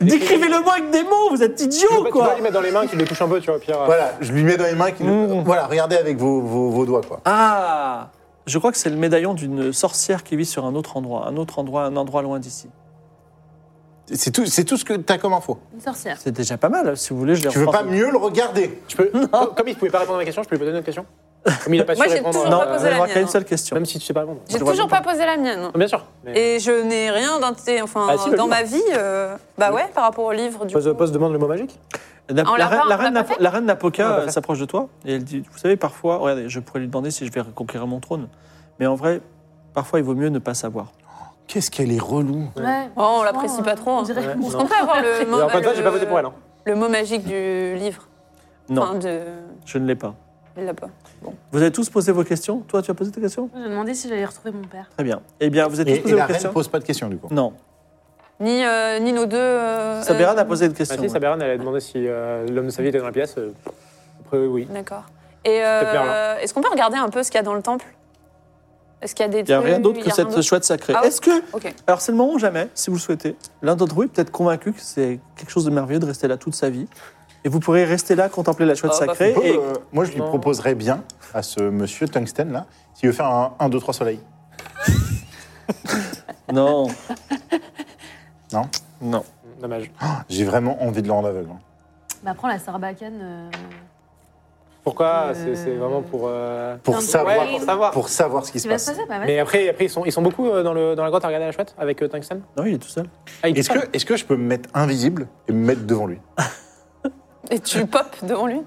Speaker 1: Décrivez-le-moi avec des mots, vous êtes
Speaker 2: tu
Speaker 1: idiots,
Speaker 2: peux- tu
Speaker 1: quoi.
Speaker 2: vas lui mettre dans les mains, qu'il le touche un peu, tu vois, Pierre.
Speaker 4: voilà, je lui mets dans les mains. qu'il-
Speaker 2: Mmh.
Speaker 4: Voilà, regardez avec vos, vos, vos doigts, quoi.
Speaker 1: Ah Je crois que c'est le médaillon d'une sorcière qui vit sur un autre endroit, un autre endroit, un endroit loin d'ici.
Speaker 4: C'est tout, c'est tout ce que t'as comme info.
Speaker 5: Une sorcière.
Speaker 1: C'est déjà pas mal, si vous voulez, je l'ai
Speaker 4: Tu veux pas
Speaker 1: renforcé.
Speaker 4: mieux le regarder
Speaker 2: Je peux- Euh, Comme- Comme il ne pouvait pas répondre à ma question, je peux lui poser une autre question Comme il n'a pas
Speaker 3: Moi,
Speaker 2: su
Speaker 3: j'ai
Speaker 2: répondre.
Speaker 3: toujours
Speaker 2: euh,
Speaker 1: Non,
Speaker 3: pas
Speaker 1: on
Speaker 3: posé la
Speaker 1: n'aura
Speaker 3: mienne,
Speaker 1: qu'à une
Speaker 3: hein.
Speaker 1: seule question.
Speaker 2: Même si tu sais pas répondre.
Speaker 3: J'ai
Speaker 1: vois
Speaker 3: toujours
Speaker 1: même
Speaker 3: pas posé la mienne.
Speaker 2: Non, Bien sûr. mais-
Speaker 3: Et je n'ai rien d'inté. Enfin,
Speaker 2: Ah, si, le
Speaker 3: dans
Speaker 2: livre.
Speaker 3: ma vie, euh, bah ouais, par rapport au livre, du
Speaker 2: Pose,
Speaker 3: coup.
Speaker 2: pose demande le mot magique
Speaker 1: La,
Speaker 3: on
Speaker 1: la
Speaker 3: l'a
Speaker 1: reine-
Speaker 3: pas-
Speaker 1: la
Speaker 3: on l'a
Speaker 1: reine
Speaker 3: pas
Speaker 1: Napo- la reine
Speaker 2: On
Speaker 1: Napoca
Speaker 2: l'a pas
Speaker 1: euh,
Speaker 2: fait.
Speaker 1: s'approche de toi et elle dit, vous savez, parfois, regardez, je pourrais lui demander si je vais reconquérir mon trône, mais en vrai, parfois, il vaut mieux ne pas savoir.
Speaker 4: Qu'est-ce qu'elle est relou
Speaker 5: Ouais.
Speaker 3: Oh, on l'apprécie pas trop, hein.
Speaker 5: On dirait
Speaker 2: Ouais.
Speaker 5: qu'on-
Speaker 3: On peut avoir le.
Speaker 2: Et Encore une fois, j'ai pas voté pour elle. hein.
Speaker 3: bah, Le mot magique du livre.
Speaker 1: Non,
Speaker 3: Enfin, de...
Speaker 1: je ne l'ai pas.
Speaker 3: Il l'a pas.
Speaker 1: Vous avez tous posé vos questions Toi, tu as posé tes questions
Speaker 5: J'ai demandé si j'allais retrouver mon père.
Speaker 1: Très bien. Eh bien, vous avez tous
Speaker 4: Et,
Speaker 1: posé
Speaker 4: et
Speaker 1: vos
Speaker 4: la reine
Speaker 1: questions
Speaker 4: ne pose pas de questions, du coup.
Speaker 1: Non.
Speaker 3: Ni, euh, ni nos deux... euh,
Speaker 1: Sabera
Speaker 3: euh,
Speaker 1: n'a posé de
Speaker 2: Bah,
Speaker 1: questions.
Speaker 2: si, Saberan, elle a demandé si euh, l'homme de sa vie était dans la pièce. euh, Après, oui.
Speaker 3: D'accord. Et
Speaker 2: te plaire,
Speaker 3: euh, est-ce qu'on peut regarder un peu ce qu'il y a dans le temple Est-ce qu'il y a des
Speaker 1: Il n'y a
Speaker 3: trucs,
Speaker 1: rien d'autre
Speaker 3: il
Speaker 1: que
Speaker 3: y a rien
Speaker 1: cette
Speaker 3: d'autre
Speaker 1: chouette sacrée.
Speaker 3: Ah ouais
Speaker 1: Est-ce que.
Speaker 3: Ok.
Speaker 1: Alors, c'est le moment ou jamais, si vous le souhaitez. L'un d'entre vous est peut-être convaincu que c'est quelque chose de merveilleux de rester là toute sa vie. Et vous pourrez rester là, contempler la chouette
Speaker 3: Ah, bah,
Speaker 1: sacrée.
Speaker 4: On peut,
Speaker 1: et...
Speaker 4: euh, moi, je lui
Speaker 2: Non.
Speaker 4: proposerais bien à ce monsieur Tungsten, là, s'il veut faire un 1, 2, 3 soleil.
Speaker 1: Non.
Speaker 4: Non
Speaker 1: Non.
Speaker 2: Dommage.
Speaker 4: J'ai vraiment envie de le rendre aveugle. hein.
Speaker 5: Bah, prends la sarbacane. euh,
Speaker 2: Pourquoi
Speaker 5: Euh,
Speaker 2: C'est c'est vraiment pour. euh,
Speaker 4: Pour,
Speaker 5: Tiens,
Speaker 4: savoir,
Speaker 2: ouais, pour savoir.
Speaker 4: pour savoir ce qui
Speaker 5: Ce
Speaker 4: se
Speaker 5: qui va
Speaker 4: passe.
Speaker 5: se passer, bah, vas-y.
Speaker 2: Mais après, après ils, sont, ils sont beaucoup euh, dans, le, dans la grotte à regarder la chouette avec euh, Tungsten
Speaker 1: Non, il est tout seul.
Speaker 2: Ah, il-
Speaker 4: Est-ce que, est que je peux me mettre invisible et me mettre devant lui
Speaker 3: Et tu popes devant lui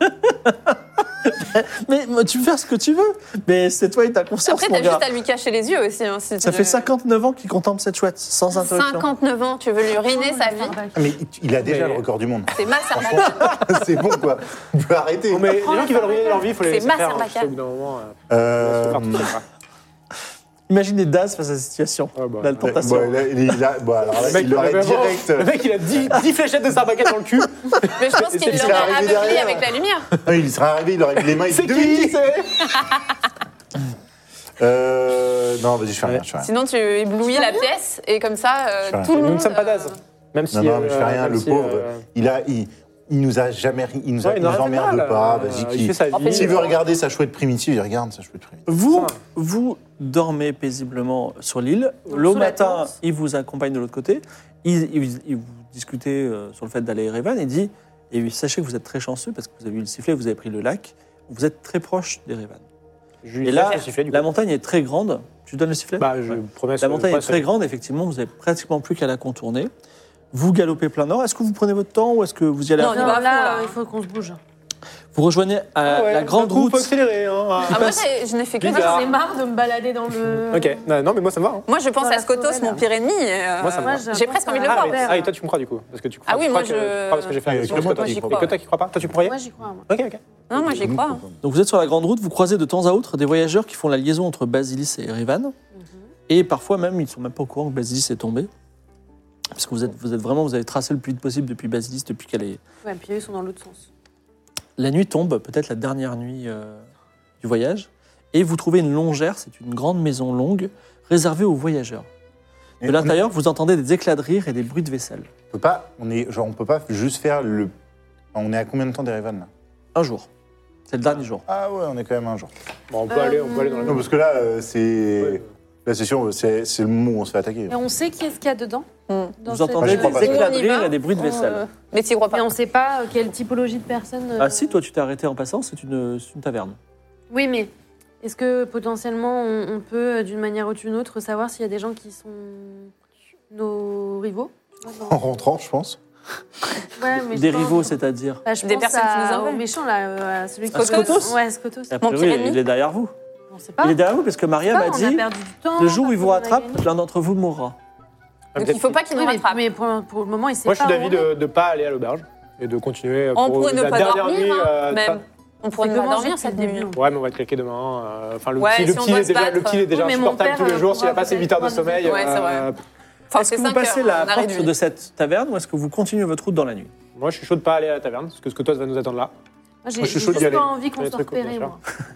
Speaker 1: Mais, mais tu peux faire ce que tu veux. Mais c'est toi et ta conscience,
Speaker 3: Après,
Speaker 1: mon
Speaker 3: t'as
Speaker 1: gars.
Speaker 3: juste à lui cacher les yeux aussi. hein, si
Speaker 1: Ça
Speaker 3: tu-
Speaker 1: fait 59 ans qu'il contemple cette chouette, sans interruption.
Speaker 3: 59 ans, tu veux lui ruiner
Speaker 5: Oh,
Speaker 3: sa
Speaker 5: la
Speaker 3: vie
Speaker 5: sarbacane.
Speaker 4: Ah, Mais il- il a déjà
Speaker 2: Mais-
Speaker 4: le record du monde.
Speaker 3: C'est ma sarbacane.
Speaker 4: C'est bon, quoi. Tu peux arrêter.
Speaker 2: Non, mais les gens qui veulent ruiner leur vie, il faut les
Speaker 3: C'est
Speaker 2: laisser
Speaker 3: ma
Speaker 2: faire. hein,
Speaker 3: Sarbacane.
Speaker 2: parce qu'au bout d'un moment, euh,
Speaker 4: Euh,
Speaker 2: ils vont se faire tout seul,
Speaker 1: Imaginez Daz face à cette situation.
Speaker 2: Ah bah,
Speaker 1: la
Speaker 2: ouais.
Speaker 4: bon,
Speaker 1: tentation.
Speaker 4: là, il, il a- bon, alors là,
Speaker 2: quoi. Le mec,
Speaker 4: il l'aurait
Speaker 2: vraiment-
Speaker 4: direct. euh,
Speaker 2: Le mec, il a 10, fléchettes de Sarbacane dans le cul.
Speaker 3: Mais je pense
Speaker 4: Et
Speaker 3: qu'il
Speaker 4: il
Speaker 3: l'aurait
Speaker 4: serait arrivé
Speaker 3: aveuglé
Speaker 4: derrière.
Speaker 3: avec la lumière.
Speaker 4: Ah, il serait arrivé, il aurait mis les mains. il
Speaker 2: C'est
Speaker 4: dit, Dominique
Speaker 2: qui c'est
Speaker 4: Euh, Non, vas-y, je fais rien. Je fais rien.
Speaker 3: Sinon, tu éblouis la pièce et comme ça, euh,
Speaker 4: Voilà.
Speaker 3: tout le
Speaker 2: Nous
Speaker 3: monde.
Speaker 2: ne sommes pas d'Az.
Speaker 3: euh,
Speaker 2: Même si.
Speaker 4: Non, non, mais je
Speaker 2: euh,
Speaker 4: fais rien.
Speaker 2: même
Speaker 4: Le
Speaker 2: si,
Speaker 4: pauvre,
Speaker 2: euh,
Speaker 4: il, a, il, il nous a jamais. ri- Il nous, a,
Speaker 2: ouais,
Speaker 4: il
Speaker 2: il en
Speaker 4: nous
Speaker 2: a fait
Speaker 4: emmerde
Speaker 2: mal,
Speaker 4: pas.
Speaker 2: euh,
Speaker 4: Vas-y,
Speaker 2: Il
Speaker 4: qui-
Speaker 2: fait sa vie.
Speaker 4: S'il veut regarder sa chouette primitive, il regarde sa chouette primitive.
Speaker 1: Vous, vous dormez paisiblement sur l'île. Le
Speaker 5: sous la
Speaker 1: matin,
Speaker 5: tente.
Speaker 1: il vous accompagne de l'autre côté. Il, il- il vous discutez euh, sur le fait d'aller à Erevan et dit et sachez que vous êtes très chanceux parce que vous avez eu le sifflet, vous avez pris le lac, vous êtes très proche d'Erevan.
Speaker 2: Je lui
Speaker 1: Et
Speaker 2: fais
Speaker 1: là,
Speaker 2: faire siffler, du
Speaker 1: la
Speaker 2: coup.
Speaker 1: montagne est très grande. Tu donnes le sifflet
Speaker 2: Bah, je
Speaker 1: Ouais.
Speaker 2: promets.
Speaker 1: La montagne
Speaker 2: je
Speaker 1: est
Speaker 2: promets-
Speaker 1: très grande, effectivement, vous n'avez pratiquement plus qu'à la contourner. Vous galopez plein nord. Est-ce que vous prenez votre temps ou est-ce que vous y allez à
Speaker 3: Non,
Speaker 1: fond
Speaker 3: il va
Speaker 5: Non,
Speaker 3: à fond,
Speaker 5: là, euh,
Speaker 3: là.
Speaker 5: il faut qu'on se bouge.
Speaker 1: Vous rejoignez euh,
Speaker 2: Ah ouais,
Speaker 1: la grande
Speaker 2: d'un coup,
Speaker 1: route.
Speaker 2: Faut accélérer. hein. Ah.
Speaker 3: Ah, moi, j'ai- je n'ai fait que
Speaker 5: Moi, J'en
Speaker 3: ça.
Speaker 5: ai marre de me balader dans le.
Speaker 2: Ok, non, non, mais moi ça me va. hein.
Speaker 3: Moi, je pense
Speaker 5: Dans
Speaker 3: à
Speaker 5: la
Speaker 3: Scotos,
Speaker 5: forêt, là.
Speaker 3: mon Pyrénées. euh,
Speaker 2: Moi, ça me va.
Speaker 5: Moi, j'ai
Speaker 3: J'ai presque envie de le
Speaker 5: Ah,
Speaker 3: voir.
Speaker 5: oui.
Speaker 2: Ah, et toi tu me crois du coup Parce que tu crois,
Speaker 3: Ah oui,
Speaker 2: tu crois
Speaker 3: moi,
Speaker 2: que-
Speaker 3: je-
Speaker 2: tu crois parce que j'ai fait
Speaker 4: Ah,
Speaker 2: la
Speaker 4: et
Speaker 2: mission,
Speaker 4: que
Speaker 2: je
Speaker 4: moi,
Speaker 2: crois
Speaker 3: j'y
Speaker 2: que-
Speaker 3: crois,
Speaker 2: Et que toi qui crois pas Toi tu me croyais
Speaker 5: Moi, j'y crois. Moi.
Speaker 2: Ok, ok.
Speaker 3: Non, moi,
Speaker 1: Mmh.
Speaker 3: j'y crois.
Speaker 1: Donc vous êtes sur la grande route, vous croisez de temps à autre des voyageurs qui font la liaison entre Basilis et Erevan.
Speaker 5: Mhm.
Speaker 1: Et parfois même, ils ne sont même pas au courant que Basilis est tombé. Parce que vous êtes, vous êtes vraiment, vous avez tracé le plus vite possible depuis Basilis, depuis qu'elle est...
Speaker 5: Ouais, puis eux, ils sont dans l'autre sens.
Speaker 1: La nuit tombe, peut-être la dernière nuit euh, du voyage. Et vous trouvez une longère, c'est une grande maison longue, réservée aux voyageurs. De
Speaker 4: Et on-
Speaker 1: l'intérieur, vous entendez des éclats de rire et des bruits de vaisselle.
Speaker 4: On peut pas, on est, genre, on peut pas juste faire le. On est à combien de temps d'Erevan là
Speaker 1: Un jour. C'est le dernier jour.
Speaker 4: Ah ouais, on est quand même à un jour.
Speaker 2: Bon, on peut aller, on peut aller dans la
Speaker 4: Non, parce que là, euh,
Speaker 2: Ouais.
Speaker 4: c'est. La session, c'est c'est le moment où on se fait attaquer.
Speaker 5: Et on sait qui est-ce qu'il y a dedans.
Speaker 3: Hmm.
Speaker 5: Dans
Speaker 1: vous
Speaker 5: cette-
Speaker 1: entendez
Speaker 4: je crois pas.
Speaker 1: des éclats de
Speaker 3: On y va
Speaker 1: rire et des bruits de vaisselle.
Speaker 5: Euh,
Speaker 3: Mais tu crois
Speaker 5: Mais
Speaker 3: pas.
Speaker 5: on sait pas euh, quelle typologie de personne. euh,
Speaker 1: Ah si, toi tu t'es arrêté en passant, c'est une, c'est une taverne.
Speaker 5: Oui, mais est-ce que potentiellement on, on peut, euh, d'une manière ou d'une autre, savoir s'il y a des gens qui sont nos rivaux tu vois,
Speaker 4: En
Speaker 5: dans-
Speaker 4: rentrant, je pense.
Speaker 5: Ouais, mais je
Speaker 1: Oh. Des
Speaker 5: pense-
Speaker 1: rivaux, c'est-à-dire
Speaker 5: Bah, je
Speaker 3: Des
Speaker 5: pense
Speaker 3: personnes qui
Speaker 5: à-
Speaker 3: nous envahent.
Speaker 5: au méchant là, euh, à celui qui.
Speaker 1: À Scotos
Speaker 5: Ouais, Scotos.
Speaker 1: A priori,
Speaker 3: pire ennemi.
Speaker 1: il est derrière vous.
Speaker 5: On sait pas.
Speaker 1: Ah. Il est derrière vous parce que Maria
Speaker 5: Pas,
Speaker 1: m'a
Speaker 5: on a
Speaker 1: dit
Speaker 5: perdu du temps,
Speaker 1: le jour où il vous
Speaker 5: parfois, on a
Speaker 1: rattrape,
Speaker 5: gagné.
Speaker 1: l'un d'entre vous mourra.
Speaker 3: Donc, il faut pas qu'il
Speaker 5: Oui,
Speaker 3: nous
Speaker 5: mais,
Speaker 3: rattrape.
Speaker 5: mais pour, pour le moment, il sait
Speaker 2: Moi je
Speaker 5: pas.
Speaker 2: suis
Speaker 5: où
Speaker 2: d'avis
Speaker 5: on est.
Speaker 2: de ne pas aller à l'auberge et de continuer
Speaker 3: On
Speaker 2: pour
Speaker 3: pourrait ne
Speaker 2: la
Speaker 3: pas
Speaker 2: dernière nuit.
Speaker 3: dormir, hein,
Speaker 2: euh,
Speaker 3: même. On
Speaker 5: C'est
Speaker 3: pourrait ne
Speaker 5: que
Speaker 3: pas
Speaker 5: manger
Speaker 3: dormir
Speaker 5: depuis
Speaker 3: cette
Speaker 5: le début.
Speaker 3: nuit.
Speaker 2: Ouais, mais on va être claqué demain. euh, Enfin, le
Speaker 3: Ouais,
Speaker 2: petit, le
Speaker 3: si on
Speaker 2: petit, il
Speaker 3: doit
Speaker 2: est
Speaker 3: se
Speaker 2: déjà,
Speaker 3: battre.
Speaker 2: le petit il est déjà
Speaker 5: Oui, mais mon
Speaker 2: insupportable
Speaker 5: père,
Speaker 2: tous les jours. S'il a
Speaker 5: pourra
Speaker 2: passé 8 heures de
Speaker 5: peut-être
Speaker 2: sommeil.
Speaker 3: Ouais, c'est
Speaker 2: euh,
Speaker 3: Enfin,
Speaker 1: Est-ce que
Speaker 3: c'est
Speaker 1: vous
Speaker 3: cinq
Speaker 1: passez
Speaker 3: heures,
Speaker 1: la
Speaker 3: on a
Speaker 1: porte
Speaker 3: réduit.
Speaker 1: de cette taverne ou est-ce que vous continuez votre route dans la nuit
Speaker 2: Moi je suis chaud de pas aller à la taverne parce que ce que toi ça va nous attendre là.
Speaker 5: Moi, j'ai
Speaker 2: Moi, je suis chaud
Speaker 5: juste
Speaker 2: d'y aller.
Speaker 5: pas envie qu'on
Speaker 2: Les
Speaker 5: se
Speaker 2: trucs, bien
Speaker 5: repérait,
Speaker 2: sûr.
Speaker 5: moi.
Speaker 3: Moi,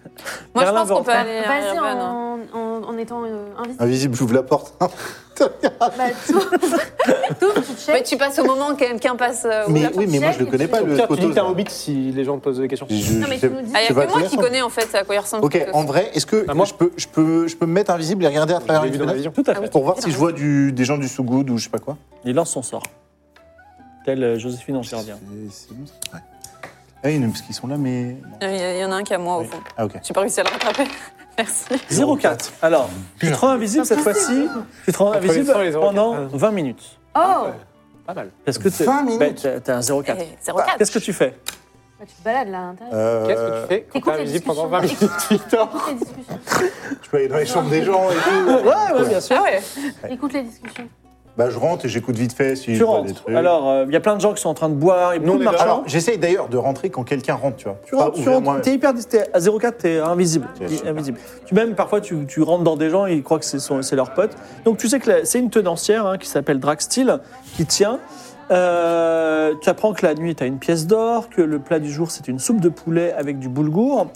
Speaker 3: je
Speaker 1: Merlin
Speaker 3: pense
Speaker 1: va
Speaker 3: qu'on peut
Speaker 1: refaire.
Speaker 3: aller à
Speaker 5: Vas-y,
Speaker 3: Erevan, hein.
Speaker 5: en, en- en étant euh, invisible.
Speaker 4: Invisible, j'ouvre la porte.
Speaker 5: Bah, tout, tout, tu
Speaker 3: Mais
Speaker 5: check.
Speaker 3: Bah, tu passes au moment que quelqu'un passe. euh, au-
Speaker 4: mais
Speaker 5: la
Speaker 4: oui, mais moi je le
Speaker 5: portière,
Speaker 4: connais pas,
Speaker 2: Au
Speaker 4: le
Speaker 2: pire, tu dis que t'es un
Speaker 4: Scotos, là.
Speaker 2: hobbit si les gens te posent des questions.
Speaker 4: Je- je-
Speaker 5: Non, mais
Speaker 4: je-
Speaker 5: tu nous dis-
Speaker 3: Ah, Il y
Speaker 4: je
Speaker 3: a
Speaker 4: vois
Speaker 3: que moi
Speaker 4: clair,
Speaker 3: qui
Speaker 4: ça.
Speaker 3: connais en fait à quoi il ressemble.
Speaker 4: Ok,
Speaker 3: ce-
Speaker 4: en vrai, est-ce que
Speaker 2: Ah, moi-
Speaker 4: je, peux, je, peux, je peux me mettre invisible et regarder à
Speaker 2: Je
Speaker 4: travers
Speaker 2: l'ai
Speaker 4: une
Speaker 2: vu dans ma
Speaker 4: fenêtre
Speaker 2: vision. Ah
Speaker 1: Tout à fait.
Speaker 4: pour voir si je vois du, des gens du sous-good ou je sais pas quoi
Speaker 1: Il lance son sort. Telle euh, Joséphine Angervien.
Speaker 4: C'est- c'est bon, ça Ouais. Ah oui, non, parce qu'ils sont là, mais. non.
Speaker 3: Il y a- il y en a un qui est à moi au
Speaker 4: Oui.
Speaker 3: fond.
Speaker 4: Ah ok.
Speaker 3: J'ai pas réussi à le rattraper. Merci.
Speaker 1: 04. Alors, tu te rends invisible cette fois-ci. Tu te rends
Speaker 2: Entre les
Speaker 1: invisible
Speaker 2: 100 et les Ah 04.
Speaker 1: pendant 20 minutes.
Speaker 5: Oh
Speaker 2: Pas mal.
Speaker 1: Parce que t'es-
Speaker 4: 20 minutes
Speaker 1: ben, t'as t'as un 04.
Speaker 3: Eh, 04.
Speaker 1: Qu'est-ce que tu fais
Speaker 5: Bah, Tu te balades là à l'intérieur.
Speaker 4: Euh,
Speaker 2: Qu'est-ce que tu fais quand t'es
Speaker 5: T'écoutes les
Speaker 2: invisible
Speaker 5: discussions.
Speaker 2: pendant 20 minutes, Victor
Speaker 5: Écoute les discussions.
Speaker 4: Je peux aller dans les chambres des gens et tout.
Speaker 1: Ouais, ouais, bien sûr.
Speaker 3: Ah ouais.
Speaker 5: Écoute les discussions.
Speaker 4: Bah, je rentre et j'écoute vite fait si
Speaker 1: Tu
Speaker 4: je vois
Speaker 1: rentres.
Speaker 4: des trucs.
Speaker 1: Alors, euh, il y a plein de gens qui sont en train de boire, il y a
Speaker 2: Nous,
Speaker 1: beaucoup de
Speaker 2: on est
Speaker 1: marchands.
Speaker 4: Alors, j'essaye d'ailleurs de rentrer quand quelqu'un rentre, tu vois.
Speaker 1: Tu rentres, tu rentres, t'es hyper t'es à 04, t'es invisible.
Speaker 4: Bien
Speaker 1: t'es
Speaker 4: sûr.
Speaker 1: invisible. Tu même parfois tu, tu rentres dans des gens et ils croient que c'est son- c'est leur pote. Donc tu sais que la- c'est une tenancière hein, qui s'appelle Draxtil qui tient. Euh, tu apprends que la nuit t'as une pièce d'or, que le plat du jour c'est une soupe de poulet avec du boulgour.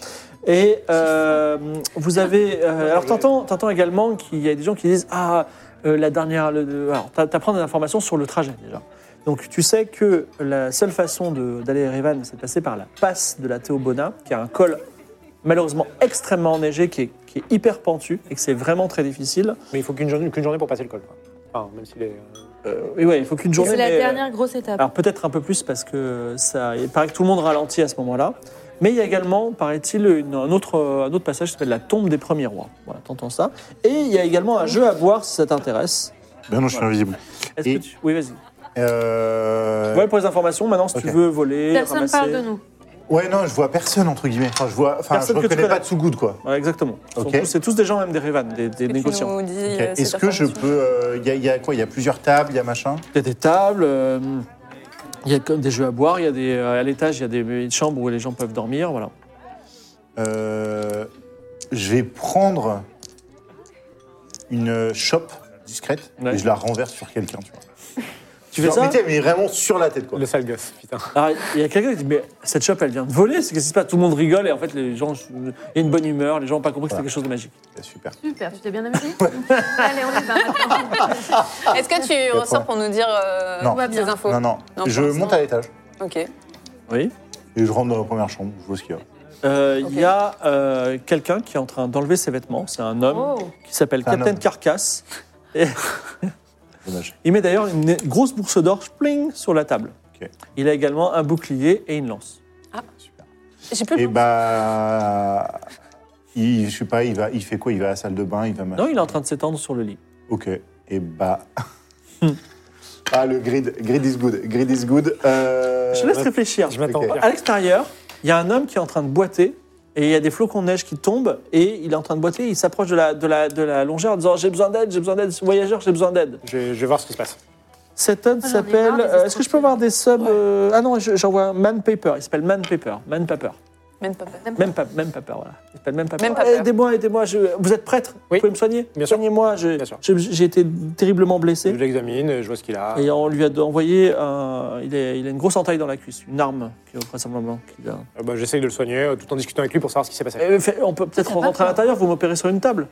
Speaker 1: Et euh, vous avez. euh, alors t'entends t'entends également qu'il y a des gens qui disent ah euh, la dernière. le- le- alors t'a- t'apprends des informations sur le trajet déjà. Donc tu sais que la seule façon de- d'aller à Erevan, c'est de passer par la passe de la Théobona, qui a un col malheureusement extrêmement enneigé, qui est, qui est hyper pentu et que c'est vraiment très difficile.
Speaker 2: Mais il faut qu'une journée, qu'une journée pour passer le col. quoi. Enfin, même s'il est. euh,
Speaker 1: Et ouais, il faut qu'une journée.
Speaker 5: C'est la
Speaker 1: mais, euh,
Speaker 5: dernière grosse étape.
Speaker 1: Alors peut-être un peu plus parce que ça, il paraît que tout le monde ralentit à ce moment-là. Mais il y a également, paraît-il, une- un autre, euh, un autre passage qui s'appelle la tombe des premiers rois. Voilà, t'entends ça. Et il y a également un jeu à voir si ça t'intéresse.
Speaker 4: Ben non, je suis invisible.
Speaker 1: Est-ce que
Speaker 4: Et-
Speaker 1: tu... Oui, vas-y.
Speaker 4: Euh...
Speaker 1: Voilà pour les informations. Maintenant, si tu
Speaker 4: Ok.
Speaker 1: veux voler,
Speaker 5: Personne
Speaker 1: ramasser...
Speaker 5: parle de nous.
Speaker 4: Ouais, non, je vois personne, entre guillemets. Enfin, je vois... Enfin, je
Speaker 1: Personne que tu
Speaker 4: reconnais
Speaker 1: connais.
Speaker 4: pas Tsugoud, quoi.
Speaker 1: Ouais, exactement. Ils sont
Speaker 4: Ok.
Speaker 1: tous- C'est tous des gens, même des Revan, des, des
Speaker 3: que tu
Speaker 1: négociants.
Speaker 3: nous dis,
Speaker 4: Ok.
Speaker 3: euh, cette
Speaker 4: Est-ce que je
Speaker 3: information
Speaker 4: peux... euh, Il y, a- y a quoi Il y a plusieurs tables, il y a machin
Speaker 1: Il y a des tables, euh, il y a comme des jeux à boire, il y a des, euh, à l'étage, il y a des chambres où les gens peuvent dormir. Voilà.
Speaker 4: Euh, Je vais prendre une chope discrète
Speaker 1: Ouais.
Speaker 4: et je la renverse sur quelqu'un, tu vois.
Speaker 1: Tu fais
Speaker 4: Genre,
Speaker 1: ça
Speaker 4: mais, t'sais, mais vraiment sur la tête, quoi.
Speaker 2: Le sale gosse, putain.
Speaker 1: Alors, Il y a quelqu'un qui dit Mais cette chope, elle vient de voler, c'est qu'est-ce qui se passe Tout le monde rigole et en fait, les gens, il y a une bonne humeur, les gens n'ont pas compris que c'était quelque chose de magique.
Speaker 4: Super.
Speaker 5: Super, tu t'es bien amusé
Speaker 3: Allez, on y va. Est-ce que tu
Speaker 4: pas de
Speaker 3: ressors pour nous dire euh,
Speaker 4: Non.
Speaker 3: toutes ces infos
Speaker 4: Non, non,
Speaker 3: Non,
Speaker 4: je
Speaker 3: pour l'instant.
Speaker 4: monte à l'étage
Speaker 3: Ok.
Speaker 1: Oui.
Speaker 4: et je rentre dans la première chambre, je vois ce qu'il y a.
Speaker 1: Euh, Il
Speaker 3: Ok.
Speaker 1: y a euh, quelqu'un qui est en train d'enlever ses vêtements, c'est un homme
Speaker 5: Oh.
Speaker 1: qui s'appelle
Speaker 4: C'est un
Speaker 1: Captain
Speaker 4: homme.
Speaker 1: Carcasse.
Speaker 4: Dommage.
Speaker 1: Il met d'ailleurs une grosse bourse d'or, pling, sur la table.
Speaker 4: Ok.
Speaker 1: Il a également un bouclier et une lance.
Speaker 3: J'ai plus
Speaker 4: Et
Speaker 3: le
Speaker 4: bah. Il, je sais pas, il, va, il fait quoi Il va à la salle de bain, il va machin.
Speaker 1: Non, il est en train de s'étendre sur le lit.
Speaker 4: Ok. Et bah. ah, le grid. Grid is good. Grid is good. Euh,
Speaker 1: Je laisse réfléchir.
Speaker 2: Je m'attends
Speaker 4: Ok.
Speaker 2: pas.
Speaker 1: À l'extérieur, il y a un homme qui est en train de boiter et il y a des flocons de neige qui tombent et il est en train de boiter. Il s'approche de la, de, la, de la longère en disant J'ai besoin d'aide, j'ai besoin d'aide, voyageur, j'ai besoin d'aide.
Speaker 2: Je vais, je vais voir ce qui se passe.
Speaker 1: Cet homme
Speaker 5: Oh, j'en ai
Speaker 1: s'appelle.
Speaker 5: marre des
Speaker 1: euh, Est-ce que je peux
Speaker 5: instructions.
Speaker 1: avoir des subs euh, Ah non, je- j'envoie un Man Paper. Il s'appelle Man Paper. Man Paper.
Speaker 3: Même pas peur.
Speaker 1: Même, pa- même Paper, voilà. Il s'appelle Man Paper.
Speaker 3: Man Paper.
Speaker 1: Aidez-moi, aidez-moi. je- Vous êtes prêtre Vous
Speaker 2: Oui.
Speaker 1: pouvez me soigner
Speaker 2: Bien sûr.
Speaker 1: Soignez-moi. je-
Speaker 2: Bien sûr.
Speaker 1: je- J'ai été terriblement
Speaker 2: Je
Speaker 1: blessé.
Speaker 2: l'examine, je vois ce qu'il a.
Speaker 1: Et on lui a envoyé un. Il, est- il a une grosse entaille dans la cuisse, une arme, qui est vraisemblablement. qu'il a-
Speaker 2: Euh, bah, J'essaye de le soigner euh, tout en discutant avec lui pour savoir ce qui s'est passé.
Speaker 1: Euh, fait- on peut peut-être
Speaker 5: Ça va,
Speaker 1: rentrer à
Speaker 5: quoi.
Speaker 1: l'intérieur, vous m'opérez sur une table.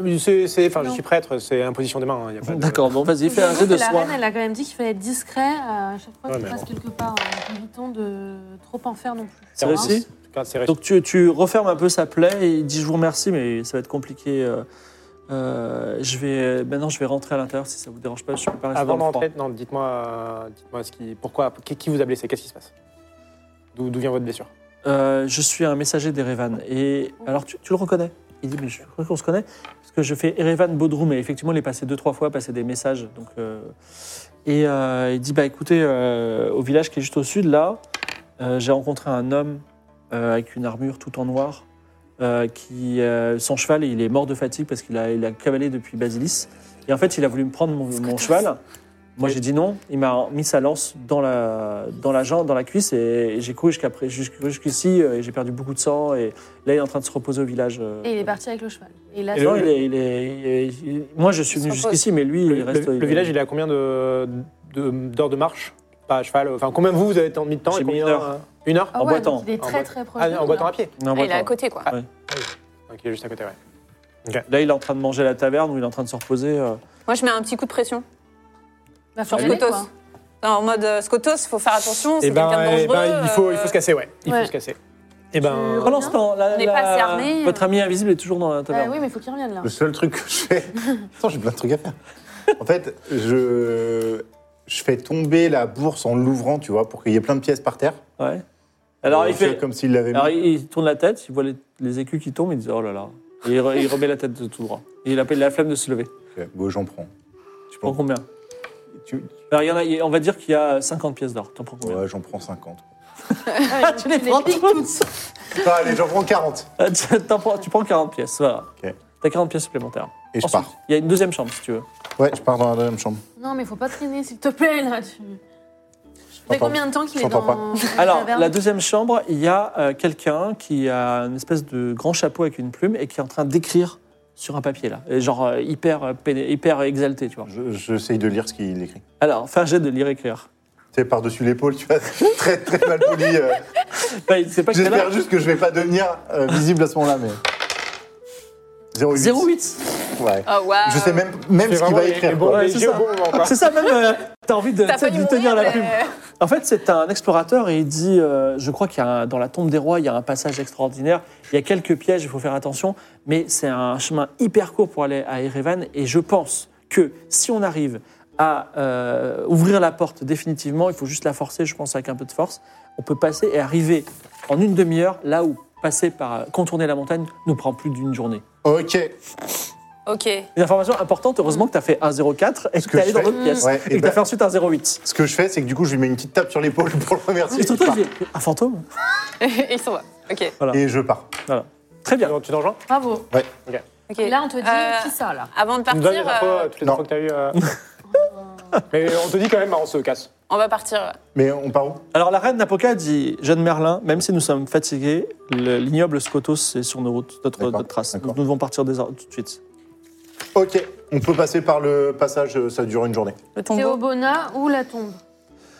Speaker 2: Mais c'est- c'est- Enfin, je
Speaker 5: Non.
Speaker 2: suis prêtre, c'est imposition des mains. hein, y a pas de-
Speaker 1: D'accord, bon, vas-y, fais un
Speaker 5: J'avoue
Speaker 1: jet de
Speaker 5: que la
Speaker 1: soin.
Speaker 5: reine, elle a quand même dit qu'il fallait être discret euh, à chaque fois
Speaker 2: Ouais,
Speaker 5: qu'on
Speaker 2: mais
Speaker 5: passe
Speaker 2: bon.
Speaker 5: quelque part, euh, en évitant de trop en faire non plus.
Speaker 1: C'est réussi
Speaker 2: En tout cas, C'est réussi.
Speaker 1: Donc tu, tu refermes un peu sa plaie et il dit je vous remercie, mais ça va être compliqué. euh, euh, je vais, maintenant, je vais rentrer à l'intérieur si ça vous dérange pas. Je peux pas rester
Speaker 2: Avant
Speaker 1: dans le froid.
Speaker 2: d'entrer, non, dites-moi, euh, dites-moi ce qui, pourquoi, qui, qui vous a blessé, qu'est-ce qui se passe D'où d'où vient votre blessure
Speaker 1: Euh, je suis un messager d'Erevan. Et alors, tu, tu le reconnais Il dit, mais je crois qu'on se connaît. Parce que je fais Erevan Bodrum. Et effectivement, il est passé deux, trois fois, passé des messages. Donc, euh, et euh, il dit, bah écoutez, euh, au village qui est juste au sud, là, euh, j'ai rencontré un homme euh, avec une armure tout en noir. euh, qui, euh, son cheval, il est mort de fatigue parce qu'il a, il a cavalé depuis Basilis. Et en fait, il a voulu me prendre mon, mon cheval. Moi, j'ai dit non. Il m'a mis sa lance dans la, dans la jambe, dans la cuisse, et, et j'ai couru jusqu'à pré- jusqu'- jusqu'ici, euh, et j'ai perdu beaucoup de sang. Et là, il est en train de se reposer au village. euh.
Speaker 5: Et il est parti avec le cheval. Et là,
Speaker 2: Et
Speaker 1: Non,
Speaker 2: le-
Speaker 1: il est- il est- il est- il- moi, je suis
Speaker 3: Il
Speaker 1: venu
Speaker 3: se repose.
Speaker 1: jusqu'ici, mais lui,
Speaker 2: Le,
Speaker 1: il reste. euh,
Speaker 2: le- le village, il est à combien de, de- d'heures de marche Pas à cheval, enfin, combien vous, vous avez mis de temps
Speaker 1: J'ai
Speaker 2: et
Speaker 1: mis
Speaker 2: combien,
Speaker 1: une heure.
Speaker 2: euh, Une heure
Speaker 5: Ah
Speaker 1: en
Speaker 5: ouais,
Speaker 1: boitant.
Speaker 5: donc Il est
Speaker 2: En
Speaker 5: très
Speaker 2: boit-
Speaker 5: très proche.
Speaker 2: Ah,
Speaker 5: de
Speaker 2: en
Speaker 5: nous, hein.
Speaker 2: boitant
Speaker 5: là.
Speaker 2: à pied
Speaker 1: Non,
Speaker 3: Ah, il est
Speaker 1: voilà.
Speaker 3: à côté, quoi.
Speaker 2: Ok, juste à côté, ouais.
Speaker 1: Là, il est en train de manger à la taverne, ou il est en train de se reposer. euh.
Speaker 3: Moi, je mets un petit coup de pression.
Speaker 5: Bah, faut
Speaker 3: Sur
Speaker 5: y aller,
Speaker 3: Scotos.
Speaker 5: quoi.
Speaker 3: Non, en mode euh, Scotos, faut faire attention, c'est
Speaker 2: Eh ben,
Speaker 3: quelqu'un de
Speaker 2: eh
Speaker 3: dangereux.
Speaker 2: ben, il, faut, il
Speaker 3: euh,
Speaker 2: faut se casser, ouais. Il
Speaker 5: Ouais.
Speaker 2: faut se casser. Et ben,
Speaker 1: Pendant ce temps, la-
Speaker 3: On n'est
Speaker 1: la-
Speaker 3: pas euh. assez armés.
Speaker 1: votre ami invisible est toujours dans la
Speaker 5: Ah
Speaker 1: taverne.
Speaker 5: oui, mais faut qu'il revienne là.
Speaker 4: Le seul truc que je fais. Attends, j'ai plein de trucs à faire. En fait, je. Je fais tomber la bourse en l'ouvrant, tu vois, pour qu'il y ait plein de pièces par terre.
Speaker 1: Ouais. Alors,
Speaker 4: Euh,
Speaker 1: il
Speaker 4: tu vois,
Speaker 1: fait.
Speaker 4: Comme s'il l'avait
Speaker 1: Alors,
Speaker 4: mis.
Speaker 1: il, il tourne la tête, il voit les, les écus qui tombent, il dit oh là là. Et il, re- il remet la tête de tout droit. Et il appelle la flamme de se lever.
Speaker 4: Ok, Bon, j'en prends.
Speaker 1: Tu prends
Speaker 4: Bon.
Speaker 1: combien
Speaker 4: Tu-
Speaker 1: Alors, il y en a- il- on va dire qu'il y a 50 pièces d'or. T'en prends combien
Speaker 4: Ouais, j'en prends 50.
Speaker 5: Ah, tu les prends toutes.
Speaker 4: Ah, allez, j'en prends 40.
Speaker 1: Ah, tu- t'en prends- Tu prends 40 pièces, voilà.
Speaker 4: Ok.
Speaker 1: T'as 40 pièces supplémentaires.
Speaker 4: Et je
Speaker 1: Ensuite,
Speaker 4: pars.
Speaker 1: Il y a une deuxième chambre, si tu veux.
Speaker 4: Ouais, je pars dans la deuxième chambre.
Speaker 5: Non, mais faut pas traîner, s'il te plaît, là. Tu... Ça fait
Speaker 4: J'entends.
Speaker 5: combien de temps qu'il est
Speaker 4: J'entends
Speaker 5: dans.
Speaker 1: Alors,
Speaker 5: taverne
Speaker 1: la deuxième chambre, il y a euh, quelqu'un qui a une espèce de grand chapeau avec une plume et qui est en train d'écrire sur un papier, là. Et genre euh, hyper, euh, péné- hyper exalté, tu vois.
Speaker 4: Je- J'essaye de lire ce qu'il écrit.
Speaker 1: Alors, fais un jet de lire écrire.
Speaker 4: Tu sais, par-dessus l'épaule, tu vois, c'est très très mal poli. euh.
Speaker 1: Bah, il- c'est pas que c'est là.
Speaker 4: J'espère juste que je vais pas devenir euh, visible à ce moment-là, mais. 08.
Speaker 1: 08
Speaker 4: Ouais.
Speaker 3: Oh, waouh.
Speaker 4: Je sais même,
Speaker 2: Euh,
Speaker 4: même
Speaker 2: C'est
Speaker 4: ce qu'il
Speaker 2: vraiment
Speaker 4: va
Speaker 2: les- les
Speaker 4: écrire.
Speaker 2: bons-
Speaker 4: quoi.
Speaker 1: Ouais,
Speaker 2: les
Speaker 1: c'est
Speaker 2: yeux au
Speaker 1: ça.
Speaker 2: bon moment. quoi.
Speaker 1: C'est ça, même, euh, t'as envie de,
Speaker 3: T'as
Speaker 1: de
Speaker 3: failli
Speaker 1: lui
Speaker 3: mourir,
Speaker 1: tenir la
Speaker 3: mais-
Speaker 1: plume. En fait, c'est un explorateur et il dit, euh, je crois qu'il y a un- dans la tombe des rois, il y a un passage extraordinaire. Il y a quelques pièges, il faut faire attention, mais c'est un chemin hyper court pour aller à Erevan. Et je pense que si on arrive à euh, ouvrir la porte définitivement, il faut juste la forcer, je pense, avec un peu de force, on peut passer et arriver en une demi-heure là où passer par euh, contourner la montagne nous prend plus d'une journée.
Speaker 4: Ok.
Speaker 3: Ok.
Speaker 1: Une information importante, heureusement que tu as fait 1,04 et que
Speaker 4: que
Speaker 1: tu es allé
Speaker 4: je
Speaker 1: dans
Speaker 4: fais-
Speaker 1: l'autre pièce.
Speaker 4: Ouais,
Speaker 1: et
Speaker 4: et
Speaker 1: que tu as
Speaker 4: ben-
Speaker 1: fait ensuite 1,08.
Speaker 4: Ce que je fais, c'est que du coup, je lui mets une petite tape sur l'épaule pour le remercier.
Speaker 1: Et surtout,
Speaker 4: je pars.
Speaker 1: il fait, un fantôme
Speaker 3: Ils sont là. Ok.
Speaker 4: Et je pars.
Speaker 1: Très bien.
Speaker 2: Tu nous- Tu nous rejoins
Speaker 5: Bravo.
Speaker 3: Ok.
Speaker 5: Et là, on te dit,
Speaker 3: Euh,
Speaker 5: qui ça, là
Speaker 3: Avant de
Speaker 2: Tu nous donnes les
Speaker 3: partir,
Speaker 2: infos,
Speaker 3: euh,
Speaker 2: euh, toutes les
Speaker 4: non.
Speaker 2: infos que t'as eues. euh. Mais on te dit quand même, hein, on se casse.
Speaker 3: on va partir.
Speaker 4: Mais on part où
Speaker 1: Alors la reine Napoca dit Jeune Merlin, même si nous sommes fatigués, le- l'ignoble Scotos est sur nos routes, notre,
Speaker 4: D'accord,
Speaker 1: notre trace.
Speaker 4: d'accord.
Speaker 1: Donc nous devons partir dès or- tout de suite.
Speaker 4: Ok. On peut passer par le passage, euh, ça dure une journée.
Speaker 3: Le
Speaker 5: C'est au
Speaker 3: tombeau.
Speaker 5: Bona ou la tombe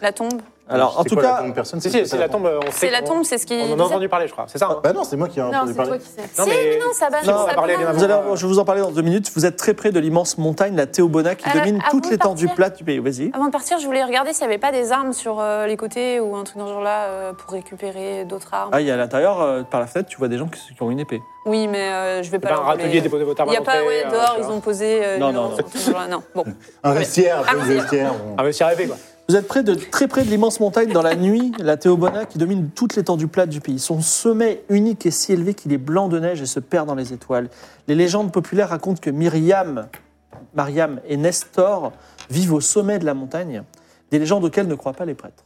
Speaker 3: La tombe.
Speaker 1: Alors en
Speaker 4: Euh, C'est
Speaker 1: tout
Speaker 4: quoi, la
Speaker 1: cas,
Speaker 4: tombe Personne
Speaker 2: Si,
Speaker 4: sait ce
Speaker 2: si,
Speaker 4: que
Speaker 2: c'est la tombe. on sait
Speaker 3: C'est la
Speaker 2: qu'on-
Speaker 3: tombe, c'est ce qui.
Speaker 2: On en a entendu parler, je crois. C'est ça hein
Speaker 4: Bah non, c'est moi qui ai
Speaker 5: Non,
Speaker 4: entendu
Speaker 5: c'est toi
Speaker 4: parler.
Speaker 5: qui sais.
Speaker 3: Si, mais non, ça va.
Speaker 2: Non, on va parler
Speaker 3: ça
Speaker 2: à Léna.
Speaker 3: va.
Speaker 1: vous allez- je vais vous en parler dans deux minutes. Vous êtes très près de l'immense montagne, la Théobona, qui
Speaker 3: Ah,
Speaker 1: domine
Speaker 3: avant
Speaker 1: toute
Speaker 3: de
Speaker 1: l'étendue
Speaker 3: partir.
Speaker 1: plate du pays. Vas-y.
Speaker 3: Avant de partir, je voulais regarder s'il n'y avait pas des armes sur euh, les côtés ou un truc dans ce genre-là euh, pour récupérer d'autres armes.
Speaker 1: Ah, il y a à l'intérieur, euh, par la fenêtre, tu vois des gens qui, qui ont une épée.
Speaker 3: Oui, mais euh, je vais
Speaker 2: C'est
Speaker 3: pas.
Speaker 2: pas
Speaker 3: leur
Speaker 2: un
Speaker 3: voler.
Speaker 2: râtelier, déposer vos
Speaker 3: Il
Speaker 2: armes à
Speaker 3: n'y a pas,
Speaker 2: l'entrée,
Speaker 3: ouais,
Speaker 2: euh,
Speaker 3: dehors,
Speaker 2: tu
Speaker 3: ils
Speaker 2: vois.
Speaker 3: ont posé. euh,
Speaker 1: Non,
Speaker 3: une
Speaker 1: non,
Speaker 3: lance,
Speaker 1: non.
Speaker 3: ce genre-là. non. Bon.
Speaker 4: Un vestiaire, un vestiaire.
Speaker 2: Ah, mais c'est rêvé, quoi.
Speaker 1: Vous êtes près de, très près de l'immense montagne dans la nuit, la Théobona qui domine toute l'étendue plate du pays. Son sommet unique est si élevé qu'il est blanc de neige et se perd dans les étoiles. Les légendes populaires racontent que Myriam, Mariam et Nestor vivent au sommet de la montagne, des légendes auxquelles ne croient pas les prêtres.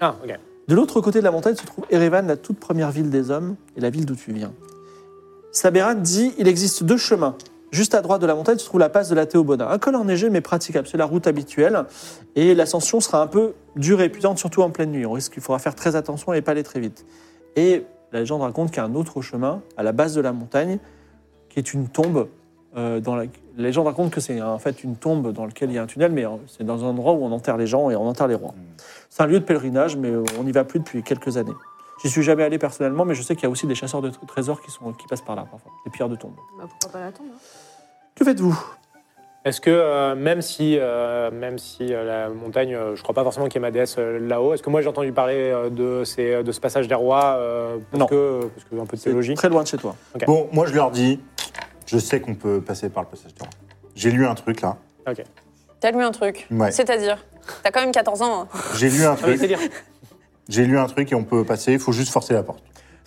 Speaker 2: Ah, ok.
Speaker 1: De l'autre côté de la montagne se trouve Erevan, la toute première ville des hommes et la ville d'où tu viens. Saberan dit il existe deux chemins. Juste à droite de la montagne se trouve la passe de la Théobona. Un col enneigé mais praticable, c'est la route habituelle. Et l'ascension sera un peu dure et épuisante, surtout en pleine nuit. On risque qu'il faudra faire très attention et pas aller très vite. Et la légende raconte qu'il y a un autre chemin à la base de la montagne qui est une tombe. euh, dans la... la légende raconte que c'est en fait une tombe dans laquelle il y a un tunnel, mais euh, c'est dans un endroit où on enterre les gens et on enterre les rois. C'est un lieu de pèlerinage, mais euh, on n'y va plus depuis quelques années. J'y suis jamais allé personnellement, mais je sais qu'il y a aussi des chasseurs de tr- trésors qui, sont, qui passent par là, parfois, des pierres de tombe.
Speaker 5: Bah, pourquoi pas la tombe hein
Speaker 1: Que faites-vous
Speaker 2: Est-ce que, euh, même si, euh, même si euh, la montagne, euh, je crois pas forcément qu'il y ait ma déesse euh, là-haut, est-ce que moi j'ai entendu parler euh, de, ces, de ce passage des rois euh, parce
Speaker 1: Non.
Speaker 2: Que, parce que un peu de
Speaker 1: C'est
Speaker 2: théologie.
Speaker 1: très loin de chez toi.
Speaker 4: Bon, moi je leur dis, je sais qu'on peut passer par le passage du roi. J'ai lu un truc là.
Speaker 2: Ok.
Speaker 3: T'as lu un truc.
Speaker 4: Ouais.
Speaker 3: C'est-à-dire T'as quand même 14 ans. hein.
Speaker 4: J'ai lu un
Speaker 2: Oui,
Speaker 4: truc.
Speaker 2: Ah, c'est dire.
Speaker 4: J'ai lu un truc et on peut passer. Il faut juste forcer la porte.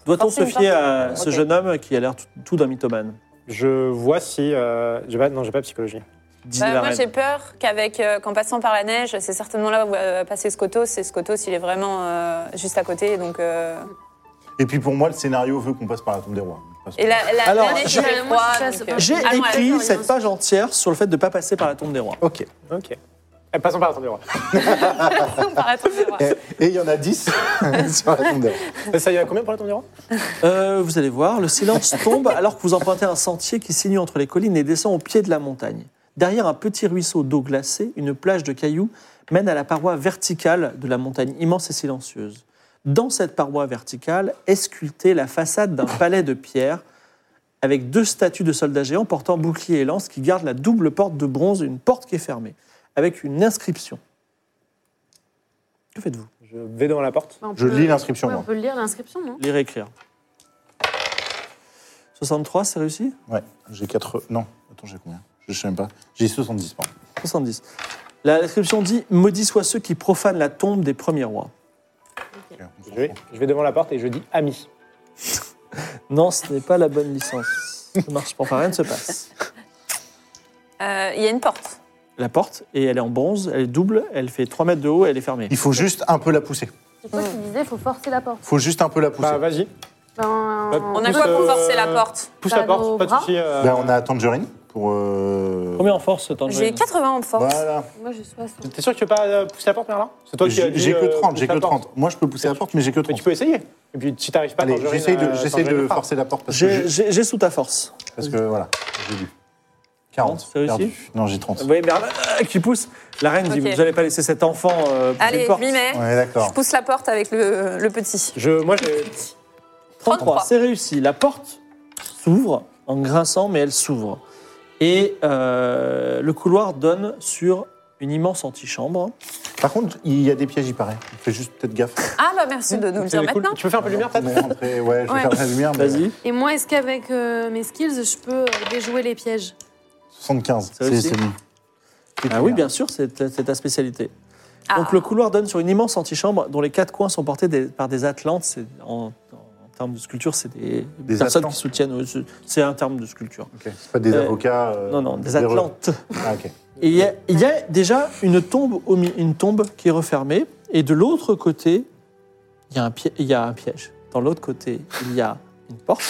Speaker 1: Doit-on se
Speaker 3: Forcément,
Speaker 1: fier à
Speaker 3: forcément.
Speaker 1: ce
Speaker 3: Ok.
Speaker 1: jeune homme qui a l'air tout, tout d'un mythomane
Speaker 2: Je vois si. euh, j'ai pas, non, j'ai pas psychologie.
Speaker 1: dit
Speaker 3: Bah,
Speaker 1: la
Speaker 3: moi,
Speaker 1: reine.
Speaker 3: j'ai peur qu'avec, euh, qu'en passant par la neige, c'est certainement là où va passer Scotos. Et Scotos, il est vraiment euh, juste à côté. Donc, euh,
Speaker 4: Et puis pour moi, le scénario veut qu'on passe par la tombe des rois.
Speaker 3: Et la, la,
Speaker 1: Alors,
Speaker 3: la neige,
Speaker 1: je-
Speaker 3: il fait
Speaker 5: moi,
Speaker 3: froid,
Speaker 5: je suis
Speaker 3: donc,
Speaker 5: assez-
Speaker 3: euh,
Speaker 1: J'ai
Speaker 3: allons à la
Speaker 1: écrit
Speaker 3: neige,
Speaker 1: cette page entière sur le fait de ne pas passer par la tombe des rois.
Speaker 4: Ok.
Speaker 2: Ok. Eh, passons par la tombe des rois.
Speaker 3: on va arrêter de le voir.
Speaker 4: Et et il y en a 10 sur la tombe des rois.
Speaker 2: Ça y est, à combien pour la tombe des rois
Speaker 1: Euh, vous allez voir, le silence tombe alors que vous empruntez un sentier qui signue entre les collines et descend au pied de la montagne. Derrière un petit ruisseau d'eau glacée, une plage de cailloux mène à la paroi verticale de la montagne immense et silencieuse. Dans cette paroi verticale est sculptée la façade d'un palais de pierre avec deux statues de soldats géants portant bouclier et lance qui gardent la double porte de bronze et une porte qui est fermée, avec une inscription. Que faites-vous
Speaker 2: Je vais devant la porte.
Speaker 5: Bah, on
Speaker 4: Je
Speaker 5: peut-
Speaker 4: lis l'inscription,
Speaker 5: ouais, On
Speaker 4: moi.
Speaker 5: peut lire l'inscription, non
Speaker 1: Lire et écrire. 63, c'est réussi
Speaker 4: Ouais. J'ai 4. Non. Attends, j'ai combien Je sais même pas. J'ai 70, pardon.
Speaker 1: 70. La description dit Maudits soient ceux qui profanent la tombe des premiers rois.
Speaker 4: Ok, on s'en
Speaker 2: Je vais,
Speaker 4: fout.
Speaker 2: je vais devant la porte et je dis ami.
Speaker 1: Non, ce n'est pas la bonne licence. Ça marche pas, enfin, rien ne se passe.
Speaker 3: Euh, Il y a une porte.
Speaker 1: La porte, et elle est en bronze, elle est double, elle fait 3 mètres de haut, elle est fermée.
Speaker 4: Il faut juste un peu la pousser.
Speaker 5: C'est toi qui disais, faut forcer la porte.
Speaker 4: Il faut juste un peu la pousser.
Speaker 2: Bah, vas-y.
Speaker 5: Ben,
Speaker 2: Bah,
Speaker 3: On a
Speaker 2: Pousse,
Speaker 3: quoi pour
Speaker 2: euh,
Speaker 3: forcer la porte
Speaker 2: Pousse
Speaker 5: Bah,
Speaker 2: la porte,
Speaker 5: nos
Speaker 2: pas de
Speaker 5: bras.
Speaker 2: soucis. euh,
Speaker 4: Bah, on a Tangerine. pour. euh,
Speaker 1: Combien en force ce temps de jeu
Speaker 3: J'ai 80 en force.
Speaker 4: Voilà.
Speaker 5: Moi, j'ai 60.
Speaker 2: T'es sûr que tu veux pas euh, pousser la porte, Merlin C'est toi qui as
Speaker 4: J'ai
Speaker 2: dit,
Speaker 4: j'ai que
Speaker 2: euh,
Speaker 4: 30,
Speaker 2: pousse
Speaker 4: j'ai
Speaker 2: la
Speaker 4: que
Speaker 2: porte.
Speaker 4: 30. Moi, je peux pousser la porte, mais j'ai que
Speaker 2: Mais tu
Speaker 4: 30.
Speaker 2: peux essayer. Et puis si t'arrives pas,
Speaker 4: Allez,
Speaker 2: Tangerine,
Speaker 4: j'essaie de,
Speaker 2: euh,
Speaker 4: j'essaie de
Speaker 2: Tangerine frappe.
Speaker 4: forcer la porte parce que,
Speaker 1: J'ai j'ai- j'ai sous ta force.
Speaker 4: parce que voilà, j'ai lu. 40.
Speaker 1: Ça aussi
Speaker 4: perdu. Non, j'ai 30.
Speaker 1: Vous voyez Merlin euh, qui pousse. La reine dit,
Speaker 3: Ok.
Speaker 1: vous n'allez pas laisser cet enfant euh, pousser
Speaker 3: Allez,
Speaker 1: une porte.
Speaker 3: je m'y mets.
Speaker 4: Ouais,
Speaker 3: Je
Speaker 4: d'accord.
Speaker 3: pousse la porte avec le, le petit.
Speaker 2: Je, moi, j'ai-
Speaker 1: 33,
Speaker 3: 33.
Speaker 1: c'est réussi. La porte s'ouvre en grinçant, mais elle s'ouvre. Et euh, le couloir donne sur une immense antichambre.
Speaker 4: Par contre, il y a des pièges, il paraît. Fais juste peut-être gaffe.
Speaker 3: Ah bah merci de nous le
Speaker 2: c'est
Speaker 3: dire
Speaker 2: cool.
Speaker 3: maintenant.
Speaker 2: Tu peux faire un peu de lumière, peut-être
Speaker 4: Mais après, Ouais, je vais
Speaker 3: Ouais.
Speaker 4: faire la lumière. mais-
Speaker 1: Vas-y.
Speaker 5: Et moi, est-ce qu'avec euh, mes skills, je peux euh, déjouer les pièges
Speaker 4: 75.
Speaker 1: Ça
Speaker 4: C'est
Speaker 1: aussi.
Speaker 4: c'est mieux.
Speaker 1: Ah
Speaker 2: euh,
Speaker 1: oui, bien sûr, c'est ta- c'est ta spécialité.
Speaker 3: Ah.
Speaker 1: Donc le couloir donne sur une immense antichambre dont les quatre coins sont portés des- par des atlantes. C'est- En, en termes de sculpture, c'est des,
Speaker 4: Des
Speaker 1: personnes
Speaker 4: atlantes.
Speaker 1: qui soutiennent. euh, c'est- C'est un terme de sculpture.
Speaker 4: Ok, C'est pas des
Speaker 1: Euh,
Speaker 4: avocats. euh,
Speaker 1: Non, non, des
Speaker 4: re-
Speaker 1: atlantes.
Speaker 4: Ah, ok.
Speaker 1: Et il y, a- il y a déjà une tombe, au mi- une tombe qui est refermée. Et de l'autre côté, il y, a un pié- il y a un piège. Dans l'autre côté, il y a une porte.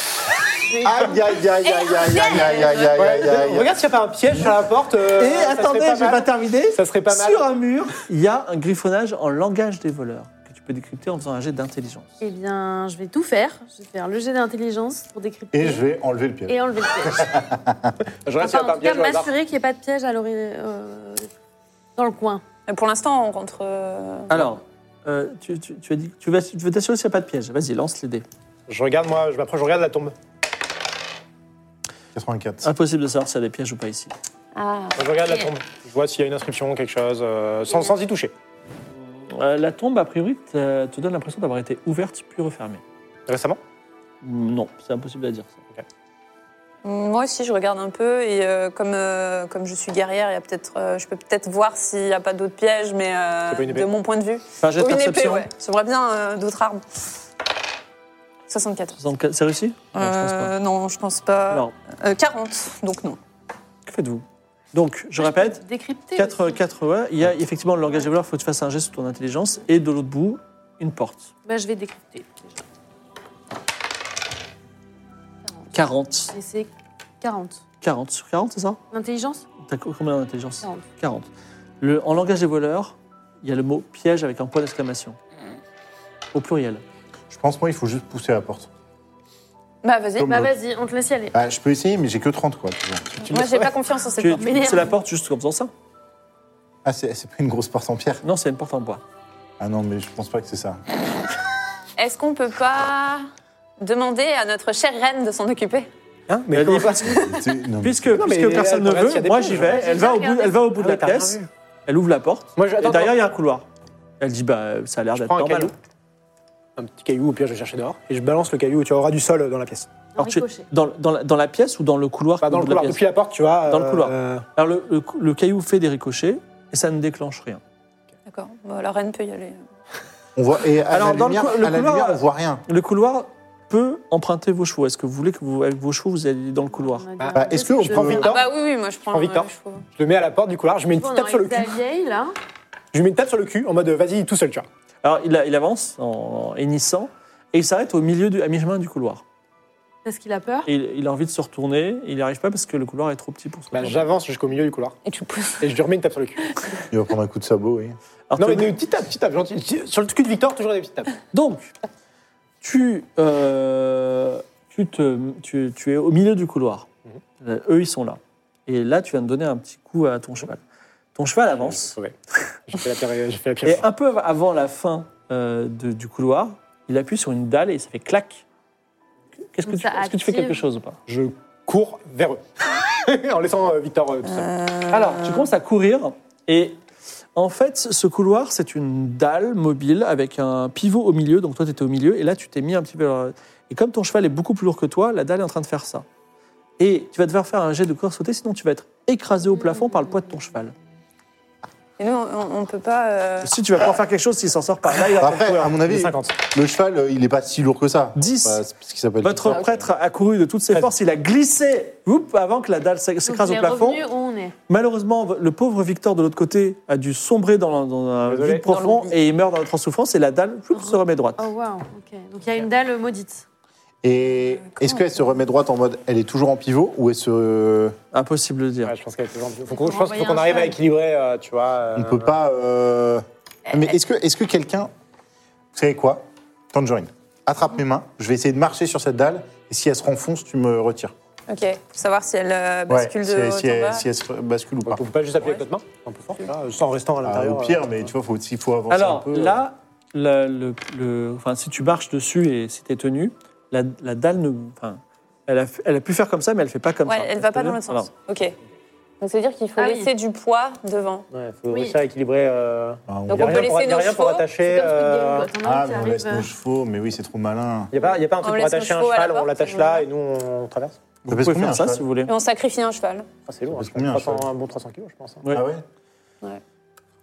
Speaker 4: Aïe, aïe, aïe, aïe, aïe, aïe, aïe, aïe, aïe, aïe, aïe.
Speaker 2: Regarde s'il n'y a pas un piège sur la porte. euh,
Speaker 4: Eh,
Speaker 1: Et
Speaker 2: ça serait
Speaker 1: attendez,
Speaker 2: pas
Speaker 1: je vais
Speaker 2: mal.
Speaker 1: pas terminer.
Speaker 2: Ça serait pas mal.
Speaker 1: Sur un mur, il y a un griffonnage en langage des voleurs que tu peux décrypter en faisant un jet d'intelligence.
Speaker 5: Eh bien, je vais tout faire. Je vais faire le jet d'intelligence pour décrypter.
Speaker 4: Et je vais enlever le piège.
Speaker 5: et enlever le piège.
Speaker 2: Je regarde s'il n'y a pas
Speaker 5: Enfin, en
Speaker 2: un
Speaker 5: tout cas,
Speaker 2: piège au hasard.
Speaker 5: m'assurer qu'il n'y ait pas de piège à l'ori- euh, dans le coin.
Speaker 3: Pour l'instant, on rentre. euh,
Speaker 1: Alors, euh, tu, tu- tu as dit, tu, vas, tu veux t'assurer s'il n'y a pas de piège. Vas-y, lance les dés.
Speaker 2: Je regarde, moi, je m'approche, je regarde la tombe.
Speaker 4: 84.
Speaker 1: Impossible de savoir s'il y a des pièges ou pas ici.
Speaker 5: Ah.
Speaker 2: Je regarde la
Speaker 5: Ok.
Speaker 2: tombe. Je vois s'il y a une inscription, quelque chose, euh, sans, sans y toucher.
Speaker 1: Euh, la tombe, a priori, te te donne l'impression d'avoir été ouverte puis refermée.
Speaker 2: Récemment
Speaker 1: Non, c'est impossible à dire ça.
Speaker 3: Moi aussi, je regarde un peu et euh, comme, euh, comme je suis guerrière, il y a peut-être, euh, je peux peut-être voir s'il n'y a pas d'autres pièges, mais euh,
Speaker 2: C'est pas une épée.
Speaker 3: de mon point de vue.
Speaker 1: Enfin, jet de
Speaker 3: Oh, une épée,
Speaker 1: perception.
Speaker 3: ouais. J'aimerais bien euh, d'autres armes. 64.
Speaker 1: 64, c'est réussi Non, je pense pas.
Speaker 3: Euh, non, je pense pas.
Speaker 1: Non,
Speaker 3: Euh, 40, donc non.
Speaker 1: que faites-vous Donc, je répète,
Speaker 5: Décrypter.
Speaker 1: 4,
Speaker 5: aussi.
Speaker 1: 4 ouais, il y a effectivement le langage des voleurs, il faut que tu fasses un geste sur ton intelligence, et de l'autre bout, une porte.
Speaker 5: Bah, je vais décrypter.
Speaker 1: 40.
Speaker 5: Et c'est 40.
Speaker 1: 40 sur 40, c'est ça
Speaker 5: L'intelligence
Speaker 1: T'as co- combien d'intelligence
Speaker 5: 40.
Speaker 1: 40. Le, en langage des voleurs, il y a le mot piège avec un point d'exclamation. Au pluriel.
Speaker 4: Je pense, moi, il faut juste pousser la porte.
Speaker 3: Bah vas-y.
Speaker 4: Comme
Speaker 5: Bah
Speaker 4: l'autre.
Speaker 5: vas-y, on te laisse y aller.
Speaker 4: Bah, je peux essayer, mais j'ai que 30, quoi. tu vois.
Speaker 3: Moi, j'ai pas confiance en cette
Speaker 1: Tu-
Speaker 3: porte.
Speaker 1: tu- C'est la porte juste comme ça
Speaker 4: Ah, c'est c'est pas une grosse porte en pierre.
Speaker 1: Non, c'est une porte en bois.
Speaker 4: Ah non, mais je pense pas que c'est ça.
Speaker 3: Est-ce qu'on peut pas demander à notre chère reine de s'en occuper
Speaker 1: Hein
Speaker 2: Mais
Speaker 1: Elle
Speaker 2: comment
Speaker 1: dit-
Speaker 2: ça
Speaker 4: C'est- non, mais-
Speaker 1: Puisque,
Speaker 2: Non, mais
Speaker 1: puisque personne
Speaker 2: elle
Speaker 1: ne
Speaker 2: regarde s'il y a
Speaker 1: veut,
Speaker 2: des
Speaker 1: moi
Speaker 2: pièges.
Speaker 1: j'y vais.
Speaker 5: Ah, J'ai
Speaker 1: Elle
Speaker 5: déjà
Speaker 1: va, au bout,
Speaker 5: regardé.
Speaker 1: elle va au bout de la
Speaker 2: Ah, t'as rien
Speaker 1: pièce,
Speaker 2: vu.
Speaker 1: elle ouvre la porte,
Speaker 2: Moi, je-
Speaker 1: et
Speaker 2: attends,
Speaker 1: derrière
Speaker 2: attends.
Speaker 1: il y a un couloir. Elle dit, bah ça a l'air
Speaker 2: Je
Speaker 1: d'être
Speaker 2: prends un
Speaker 1: normal.
Speaker 2: caillou. Un petit caillou, au pire, je vais chercher dehors. Et je balance le caillou, tu auras du sol euh, dans la pièce.
Speaker 5: Non,
Speaker 1: Alors, tu-
Speaker 5: ricochet.
Speaker 1: dans, dans la, dans la pièce ou dans le couloir
Speaker 2: Pas
Speaker 1: qui est
Speaker 2: dans
Speaker 1: au
Speaker 2: le
Speaker 1: bout de la
Speaker 2: couloir.
Speaker 1: pièce
Speaker 2: Depuis la porte, tu vois.
Speaker 1: Dans le couloir.
Speaker 2: euh,
Speaker 1: Alors le, le cou- le caillou fait des ricochets et ça ne déclenche rien.
Speaker 3: D'accord, bah, la reine peut y aller.
Speaker 4: On voit, et à
Speaker 1: Alors,
Speaker 4: la
Speaker 1: dans le
Speaker 4: lumière,
Speaker 1: cou- le
Speaker 4: à la
Speaker 1: couloir-
Speaker 4: lumière, on voit rien.
Speaker 1: Le couloir peut emprunter vos chevaux. Est-ce que vous voulez que vous, avec vos chevaux vous alliez dans le couloir
Speaker 5: On a
Speaker 2: Bah,
Speaker 5: demandé
Speaker 4: est-ce qu'on
Speaker 5: si je-
Speaker 4: prend
Speaker 3: Ah
Speaker 2: Victor
Speaker 3: bah oui, oui, moi je prends.
Speaker 2: prends Victor.
Speaker 3: euh, je trouve.
Speaker 2: Je le mets à la porte du couloir, je mets une petite
Speaker 5: On
Speaker 2: tape sur le
Speaker 5: aurait
Speaker 2: cul.
Speaker 5: Xavier, là.
Speaker 2: Je lui mets une tape sur le cul en mode vas-y tout seul, tu vois.
Speaker 1: Alors il, a- il avance en, en hennissant et il s'arrête au milieu, du, à mi-chemin du couloir.
Speaker 5: Parce qu'il a peur.
Speaker 1: Et il, il a envie de se retourner, il n'y arrive pas parce que le couloir est trop petit pour se
Speaker 2: Bah,
Speaker 1: retourner.
Speaker 2: J'avance jusqu'au milieu du couloir
Speaker 3: Et tu pousses.
Speaker 2: et je lui remets une tape sur le cul.
Speaker 4: Il va prendre un coup de sabot, oui.
Speaker 1: Alors,
Speaker 2: Non,
Speaker 1: t'es
Speaker 2: mais des petites tapes, petites tapes, gentilles. Sur le cul de Victor, toujours des petites tapes.
Speaker 1: Donc, tu, euh, tu, te, tu, tu es au milieu du couloir.
Speaker 2: Mhm.
Speaker 1: Euh, Eux, ils sont là. Et là, tu viens de donner un petit coup à ton cheval. Ton cheval avance.
Speaker 2: Ouais. J'ai fait la pierre. J'ai fait la
Speaker 1: Et
Speaker 2: pierre.
Speaker 1: un peu av- avant la fin euh, de- du couloir, il appuie sur une dalle et ça fait clac. Qu'est-ce que,
Speaker 5: Donc
Speaker 1: tu,
Speaker 5: ça
Speaker 1: est-ce que tu fais
Speaker 5: active.
Speaker 1: quelque chose ou pas
Speaker 2: Je cours vers eux en laissant euh, Victor euh, tout seul.
Speaker 1: Alors, tu commences à courir et en fait, ce couloir, c'est une dalle mobile avec un pivot au milieu. Donc, toi, tu étais au milieu et là, tu t'es mis un petit peu. Et comme ton cheval est beaucoup plus lourd que toi, la dalle est en train de faire ça. Et tu vas devoir faire un jet de corps sauté, sinon tu vas être écrasé au plafond par le poids de ton cheval.
Speaker 3: Et nous, on, on peut pas. euh,
Speaker 1: Si tu vas pouvoir faire quelque chose s'il s'en sort par là, il va pouvoir
Speaker 4: Après,
Speaker 1: courir.
Speaker 4: à mon avis,
Speaker 2: 50.
Speaker 4: le cheval, euh, il est pas si lourd que ça.
Speaker 1: 10.
Speaker 4: Enfin, c'est ce qui s'appelle.
Speaker 5: Ah,
Speaker 1: Votre prêtre a couru de toutes ses forces, il a glissé oup, avant que la dalle s'é-
Speaker 5: Donc,
Speaker 1: s'écrase
Speaker 5: il
Speaker 1: au
Speaker 5: est
Speaker 1: plafond.
Speaker 5: revenu où on est.
Speaker 1: Malheureusement, le pauvre Victor de l'autre côté a dû sombrer dans, un- dans un
Speaker 2: Désolé.
Speaker 1: vide profond
Speaker 3: Dans l'oubli. Ah.
Speaker 1: et il meurt dans notre souffrance et la dalle oup, se remet droite.
Speaker 5: Oh, waouh. ok. Donc, il y a une dalle maudite.
Speaker 4: Et est-ce qu'elle se remet droite en mode elle est toujours en pivot ou elle se.
Speaker 1: Impossible de dire.
Speaker 2: Ouais, je pense qu'elle est toujours- faut qu'on- je
Speaker 5: Faut
Speaker 2: pense qu'il faut
Speaker 5: envoyer
Speaker 2: qu'on
Speaker 5: un
Speaker 2: arrive à
Speaker 5: sale.
Speaker 2: équilibrer, euh, tu vois. euh,
Speaker 4: On ne peut pas. euh, Mais est-ce que, est que quelqu'un. Vous savez quoi Tangerine, attrape mes mains, je vais essayer de marcher sur cette dalle, et si elle se renfonce, tu me retires.
Speaker 3: Ok, pour savoir si elle euh,
Speaker 4: Ouais,
Speaker 3: bascule
Speaker 4: si,
Speaker 3: de
Speaker 4: elle,
Speaker 3: haut
Speaker 4: si
Speaker 3: en
Speaker 4: elle-
Speaker 3: bas.
Speaker 4: si elle se bascule ou pas.
Speaker 2: On peut pas juste appuyer avec notre main, un peu fort, là, sans restant à
Speaker 4: Ah,
Speaker 2: l'intérieur.
Speaker 4: au pire,
Speaker 2: euh,
Speaker 4: mais tu vois, faut, il faut avancer un
Speaker 1: Alors
Speaker 4: peu.
Speaker 1: là, la- le, le- enfin, si tu marches dessus et si t'es tenu, la, la dalle ne. Enfin, elle, a, elle a pu faire comme ça, mais elle fait pas comme
Speaker 3: Ouais,
Speaker 1: ça.
Speaker 3: elle va pas dans l'autre sens.
Speaker 1: Non.
Speaker 3: Ok. Donc ça veut dire qu'il faut
Speaker 5: Ah oui.
Speaker 3: laisser du poids devant.
Speaker 2: Ouais, faut
Speaker 5: Oui.
Speaker 2: réussir à équilibrer. euh,
Speaker 4: Ah, on
Speaker 3: Donc
Speaker 2: y a
Speaker 3: on peut
Speaker 2: rien pour-
Speaker 3: laisser
Speaker 2: y a
Speaker 3: nos
Speaker 2: rien pour
Speaker 3: chevaux.
Speaker 2: attacher. euh,
Speaker 4: Ah, mais on laisse nos
Speaker 5: euh,
Speaker 4: chevaux, mais oui, c'est trop malin.
Speaker 2: Il n'y a, pas- y a pas un
Speaker 3: On
Speaker 2: truc pour
Speaker 3: laisse
Speaker 2: attacher
Speaker 3: nos
Speaker 2: un
Speaker 3: chevaux à la
Speaker 2: cheval, on
Speaker 3: porte,
Speaker 2: l'attache
Speaker 3: et
Speaker 2: là
Speaker 3: voilà.
Speaker 2: et nous on traverse
Speaker 1: Vous
Speaker 4: pèse
Speaker 1: pouvez
Speaker 4: combien,
Speaker 1: faire ça
Speaker 4: ça
Speaker 1: si vous voulez.
Speaker 3: Et on sacrifie un cheval.
Speaker 2: Ah, c'est lourd,
Speaker 4: Parce
Speaker 2: hein,
Speaker 4: combien, un
Speaker 2: 300 un bon 300 kilos, je pense. hein.
Speaker 1: Ouais.
Speaker 4: Ah ouais
Speaker 3: Ouais.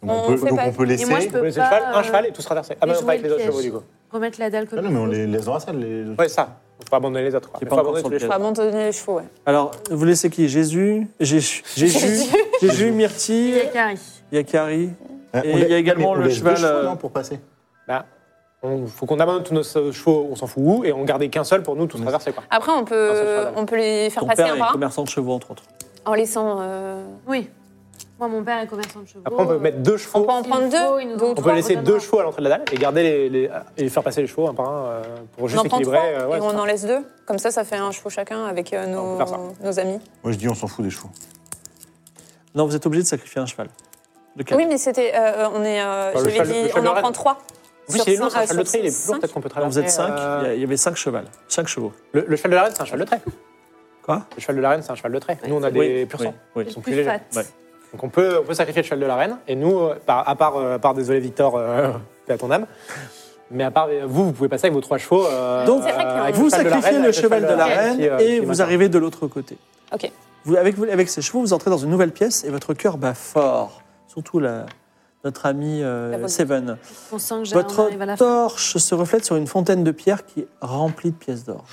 Speaker 4: Donc
Speaker 3: On
Speaker 4: on, peut,
Speaker 3: fait
Speaker 4: donc
Speaker 3: pas-
Speaker 4: on peut
Speaker 3: et
Speaker 4: laisser.
Speaker 5: moi, je peux-
Speaker 2: On laisse le
Speaker 5: pas,
Speaker 2: cheval, un
Speaker 5: euh,
Speaker 2: cheval et tous traverser. Ah,
Speaker 5: les
Speaker 2: bah non,
Speaker 5: jouer
Speaker 2: pas avec
Speaker 5: le
Speaker 2: les autres
Speaker 5: piège.
Speaker 2: chevaux, du coup.
Speaker 5: Remettre la dalle comme
Speaker 4: Ah non, mais on les laisse dans la salle. Les...
Speaker 2: Ouais, ça. Il faut abandonner les autres. quoi.
Speaker 1: Qui est
Speaker 2: Il
Speaker 1: pas
Speaker 2: faut
Speaker 1: encore
Speaker 2: abandonner
Speaker 1: sur
Speaker 2: tous
Speaker 1: le
Speaker 2: les
Speaker 3: Je
Speaker 1: pied.
Speaker 3: vais abandonner les chevaux, ouais.
Speaker 1: Alors, vous laissez qui Jésus, Jésus, Jésus, Jésus,
Speaker 5: Il y a
Speaker 1: Myrtille,
Speaker 5: Carrie.
Speaker 1: Yakari.
Speaker 4: Ah,
Speaker 1: Et
Speaker 4: on
Speaker 1: il y a
Speaker 4: laisse-
Speaker 1: également
Speaker 4: mais on
Speaker 1: le
Speaker 4: laisse
Speaker 1: cheval,
Speaker 4: deux chevaux,
Speaker 1: euh,
Speaker 4: non, pour passer.
Speaker 2: Il faut qu'on abandonne tous nos euh, chevaux, on s'en fout où, et on gardait qu'un seul pour nous tous traverser. Quoi.
Speaker 3: Après, on
Speaker 2: Un seul
Speaker 3: peut,
Speaker 2: cheval.
Speaker 3: on peut les faire
Speaker 1: Ton
Speaker 3: passer hein.
Speaker 1: père
Speaker 3: un
Speaker 1: est
Speaker 3: par un
Speaker 1: commerçant de chevaux, entre autres.
Speaker 3: en laissant. euh,
Speaker 5: Oui. Moi, mon père est commerçant de chevaux.
Speaker 2: Après, on peut mettre deux
Speaker 3: On
Speaker 2: chevaux.
Speaker 3: peut en
Speaker 5: Il
Speaker 3: prendre
Speaker 5: faut,
Speaker 3: deux.
Speaker 5: il nous
Speaker 3: donc
Speaker 2: On peut
Speaker 3: trois.
Speaker 2: laisser
Speaker 5: on
Speaker 2: deux
Speaker 5: donnera.
Speaker 2: chevaux à l'entrée de la dalle et garder les, les- et faire passer les chevaux un par un euh, pour
Speaker 3: On
Speaker 2: juste
Speaker 3: en prend
Speaker 2: équilibrer.
Speaker 3: trois
Speaker 2: euh, ouais,
Speaker 3: et
Speaker 2: c'est
Speaker 3: on
Speaker 2: ça.
Speaker 3: en laisse deux. Comme ça, ça fait un chevaux chacun avec euh,
Speaker 2: On
Speaker 3: nos,
Speaker 2: peut faire ça.
Speaker 3: nos amis.
Speaker 4: Moi, je dis, on s'en fout des chevaux.
Speaker 1: Non, vous êtes obligé de sacrifier un cheval. Lequel
Speaker 3: Oui, mais c'était. euh, on est. euh,
Speaker 2: Enfin, le
Speaker 3: j'avais
Speaker 2: cheval- le
Speaker 3: dit,
Speaker 2: cheval
Speaker 3: on en
Speaker 2: de
Speaker 3: prend
Speaker 2: Rennes.
Speaker 3: trois.
Speaker 2: Oui, c'est
Speaker 3: Sur
Speaker 2: lourd, c'est un
Speaker 3: cinq-
Speaker 2: cheval de trait, il est
Speaker 3: sur
Speaker 2: plus lourd, peut-être qu'on peut
Speaker 1: Alors,
Speaker 2: traverser.
Speaker 1: Ah, vous êtes cinq, il y a-
Speaker 2: euh,
Speaker 1: il y avait cinq chevals. Cinq chevaux.
Speaker 2: Le, le cheval de la reine, c'est un cheval de trait.
Speaker 1: Quoi
Speaker 2: Le cheval de la reine, c'est un cheval de trait. Nous, on a des pur sang.
Speaker 1: oui,
Speaker 2: Ils
Speaker 1: oui.
Speaker 2: sont plus
Speaker 5: Plus
Speaker 2: légers.
Speaker 5: fat.
Speaker 1: Ouais.
Speaker 2: Donc on peut, on peut sacrifier le cheval de la reine. Et nous, euh, par- à part, euh, à part désolé Victor, euh, paix à ton âme, mais à part euh, vous, vous pouvez passer avec vos trois chevaux. euh,
Speaker 1: Donc,
Speaker 3: C'est vrai qu'on-
Speaker 2: avec
Speaker 1: Vous
Speaker 2: cheval de la
Speaker 1: sacrifiez
Speaker 2: reine,
Speaker 1: le
Speaker 2: avec
Speaker 1: cheval de la reine
Speaker 2: qui, euh,
Speaker 1: et
Speaker 2: qui
Speaker 1: vous
Speaker 2: matin.
Speaker 1: arrivez de l'autre côté.
Speaker 3: Ok.
Speaker 1: Vous, avec, vous- avec ces chevaux, vous entrez dans une nouvelle pièce et votre cœur bat fort. Surtout la- notre ami euh,
Speaker 3: La bonne.
Speaker 1: Seven.
Speaker 5: On sent que j'ai- on arrive à
Speaker 1: Votre
Speaker 5: la fin.
Speaker 1: torche se reflète sur une fontaine de pierre qui est remplie de pièces d'or.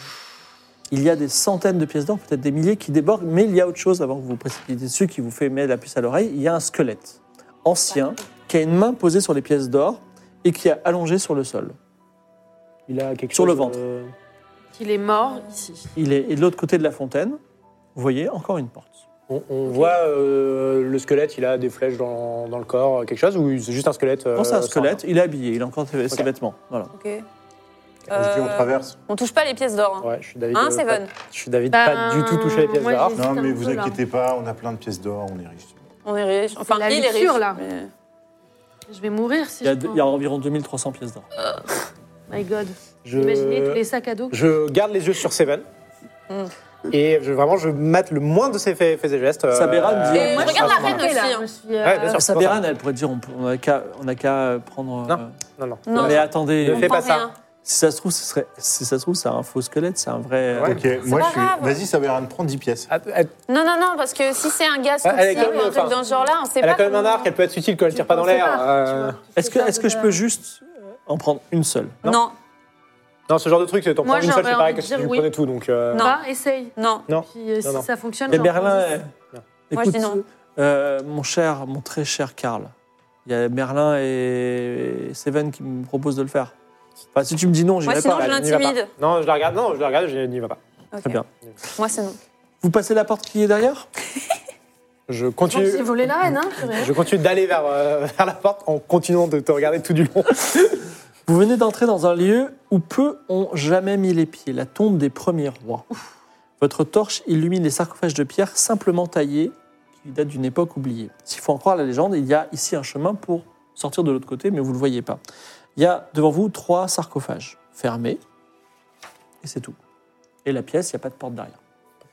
Speaker 1: Il y a des centaines de pièces d'or, peut-être des milliers, qui débordent, mais il y a autre chose avant que vous vous précipitiez dessus qui vous fait mettre la puce à l'oreille. Il y a un squelette ancien qui a une main posée sur les pièces d'or et qui est allongé sur le sol.
Speaker 2: Il a quelque
Speaker 1: Sur
Speaker 2: chose,
Speaker 1: le ventre.
Speaker 2: euh,
Speaker 5: Il est mort ici.
Speaker 1: Il est et de l'autre côté de la fontaine. Vous voyez encore une porte.
Speaker 2: on on voit euh, le squelette, il a des flèches dans, dans le corps, quelque chose, ou c'est juste un squelette euh,
Speaker 1: Non, c'est un
Speaker 2: sans
Speaker 1: squelette, il est habillé, il a encore ses ses vêtements. Voilà.
Speaker 3: Ok.
Speaker 4: Je dis, on
Speaker 3: Euh,
Speaker 4: traverse.
Speaker 3: on touche pas les pièces d'or.
Speaker 2: rien
Speaker 3: hein.
Speaker 2: Ouais, je suis David.
Speaker 3: Hein,
Speaker 2: euh,
Speaker 3: Seven
Speaker 2: pas- Je suis David, pas
Speaker 5: Ben,
Speaker 2: du tout touché les pièces
Speaker 5: moi,
Speaker 2: d'or.
Speaker 5: j'ai-
Speaker 4: Non,
Speaker 5: c'est
Speaker 4: mais
Speaker 5: un
Speaker 4: vous
Speaker 5: peu là.
Speaker 4: inquiétez pas, on a plein de pièces d'or, on est riche.
Speaker 3: On est riche. Enfin,
Speaker 5: la
Speaker 3: il est
Speaker 5: lecture,
Speaker 3: riche.
Speaker 5: là.
Speaker 3: mais-
Speaker 5: Je vais mourir si
Speaker 1: Il y, a,
Speaker 5: je
Speaker 1: de-
Speaker 5: prends-
Speaker 1: il y a environ 2300 pièces d'or.
Speaker 5: My God.
Speaker 2: Je-
Speaker 5: Imaginez tous les sacs à dos. que-
Speaker 2: Je garde les yeux sur Seven.
Speaker 3: Mm.
Speaker 2: Et je- vraiment, je mate le moins de ses faits, faits et gestes. euh,
Speaker 1: Sabera dit-
Speaker 2: euh,
Speaker 3: Et
Speaker 1: moi,
Speaker 3: je regarde
Speaker 2: à
Speaker 3: la
Speaker 2: ce moment-là.
Speaker 3: reine
Speaker 5: Ouais,
Speaker 3: aussi.
Speaker 5: là,
Speaker 3: hein.
Speaker 5: je suis, euh,
Speaker 2: Ouais, bien sûr.
Speaker 1: Sabérane, elle pourrait dire on peut- on n'a qu'à on n'a qu'à prendre. euh,
Speaker 2: Non, non.
Speaker 5: Mm.
Speaker 3: Non.
Speaker 1: mais attendez,
Speaker 2: Ne
Speaker 3: On
Speaker 2: fais pas
Speaker 3: prend
Speaker 2: ça.
Speaker 3: rien.
Speaker 1: si ça se trouve, ce serait, si ça se trouve, c'est un faux squelette, c'est un vrai. euh,
Speaker 2: Ouais.
Speaker 4: Ok, moi,
Speaker 3: pas
Speaker 4: je suis.
Speaker 3: grave.
Speaker 4: Vas-y, Saberan, prends 10 pièces.
Speaker 2: Elle, Ah,
Speaker 5: Eh
Speaker 2: elle-
Speaker 3: Non, non, non, parce que si c'est un gars
Speaker 2: Ah, Elle est
Speaker 3: stupide
Speaker 2: quand même,
Speaker 3: ou un
Speaker 2: enfin,
Speaker 3: truc dans ce genre-là, on sait
Speaker 2: elle
Speaker 5: ben,
Speaker 3: pas.
Speaker 2: a quand même un
Speaker 3: comment-
Speaker 2: arc, elle peut être utile quand elle tire pas dans
Speaker 5: Je sais
Speaker 2: l'air.
Speaker 5: tu
Speaker 2: euh,
Speaker 5: vois.
Speaker 1: Est-ce que,
Speaker 5: Je sais
Speaker 1: est-ce que
Speaker 5: pas,
Speaker 1: je
Speaker 5: de-
Speaker 1: peux juste en prendre une seule
Speaker 2: Non.
Speaker 3: Non,
Speaker 2: Non, ce genre de truc, c'est t'en prends
Speaker 5: Moi,
Speaker 2: une seule,
Speaker 5: j'aurais
Speaker 2: c'est pareil
Speaker 5: envie
Speaker 2: que
Speaker 5: de
Speaker 2: si
Speaker 5: dire
Speaker 2: tu
Speaker 5: oui.
Speaker 2: prenais tout. Donc, euh,
Speaker 3: Non.
Speaker 5: Va, essaye.
Speaker 3: non.
Speaker 2: non.
Speaker 5: Puis euh,
Speaker 2: Non, non.
Speaker 5: si ça fonctionne.
Speaker 1: Mais
Speaker 5: j'en
Speaker 1: Berlin.
Speaker 5: prends
Speaker 1: euh,
Speaker 5: dix.
Speaker 3: Moi, je dis non.
Speaker 1: euh, mon cher, mon très cher Karl, il y a Merlin et Seven qui me proposent de le faire. Enfin, si tu me dis non,
Speaker 3: Moi,
Speaker 1: j'irai
Speaker 3: sinon,
Speaker 1: pas.
Speaker 2: Bah,
Speaker 3: je
Speaker 2: elle n'y va pas.
Speaker 3: l'intimide.
Speaker 2: Non, je la regarde, non, je la regarde, je n'y vais pas.
Speaker 3: Ok.
Speaker 1: Très bien.
Speaker 3: Moi, c'est non.
Speaker 1: Vous passez la porte qui est derrière
Speaker 2: Je
Speaker 5: Bon,
Speaker 2: continue.
Speaker 5: c'est voler la reine, hein purée.
Speaker 2: Je continue d'aller vers, euh, vers la porte en continuant de te regarder tout du long.
Speaker 1: Vous venez d'entrer dans un lieu où peu ont jamais mis les pieds, la tombe des premiers rois. Votre torche illumine les sarcophages de pierre simplement taillés qui datent d'une époque oubliée. S'il faut en croire la légende, il y a ici un chemin pour sortir de l'autre côté, mais vous ne le voyez pas. Il y a devant vous trois sarcophages fermés, et c'est tout. Et la pièce, il n'y a pas de porte derrière.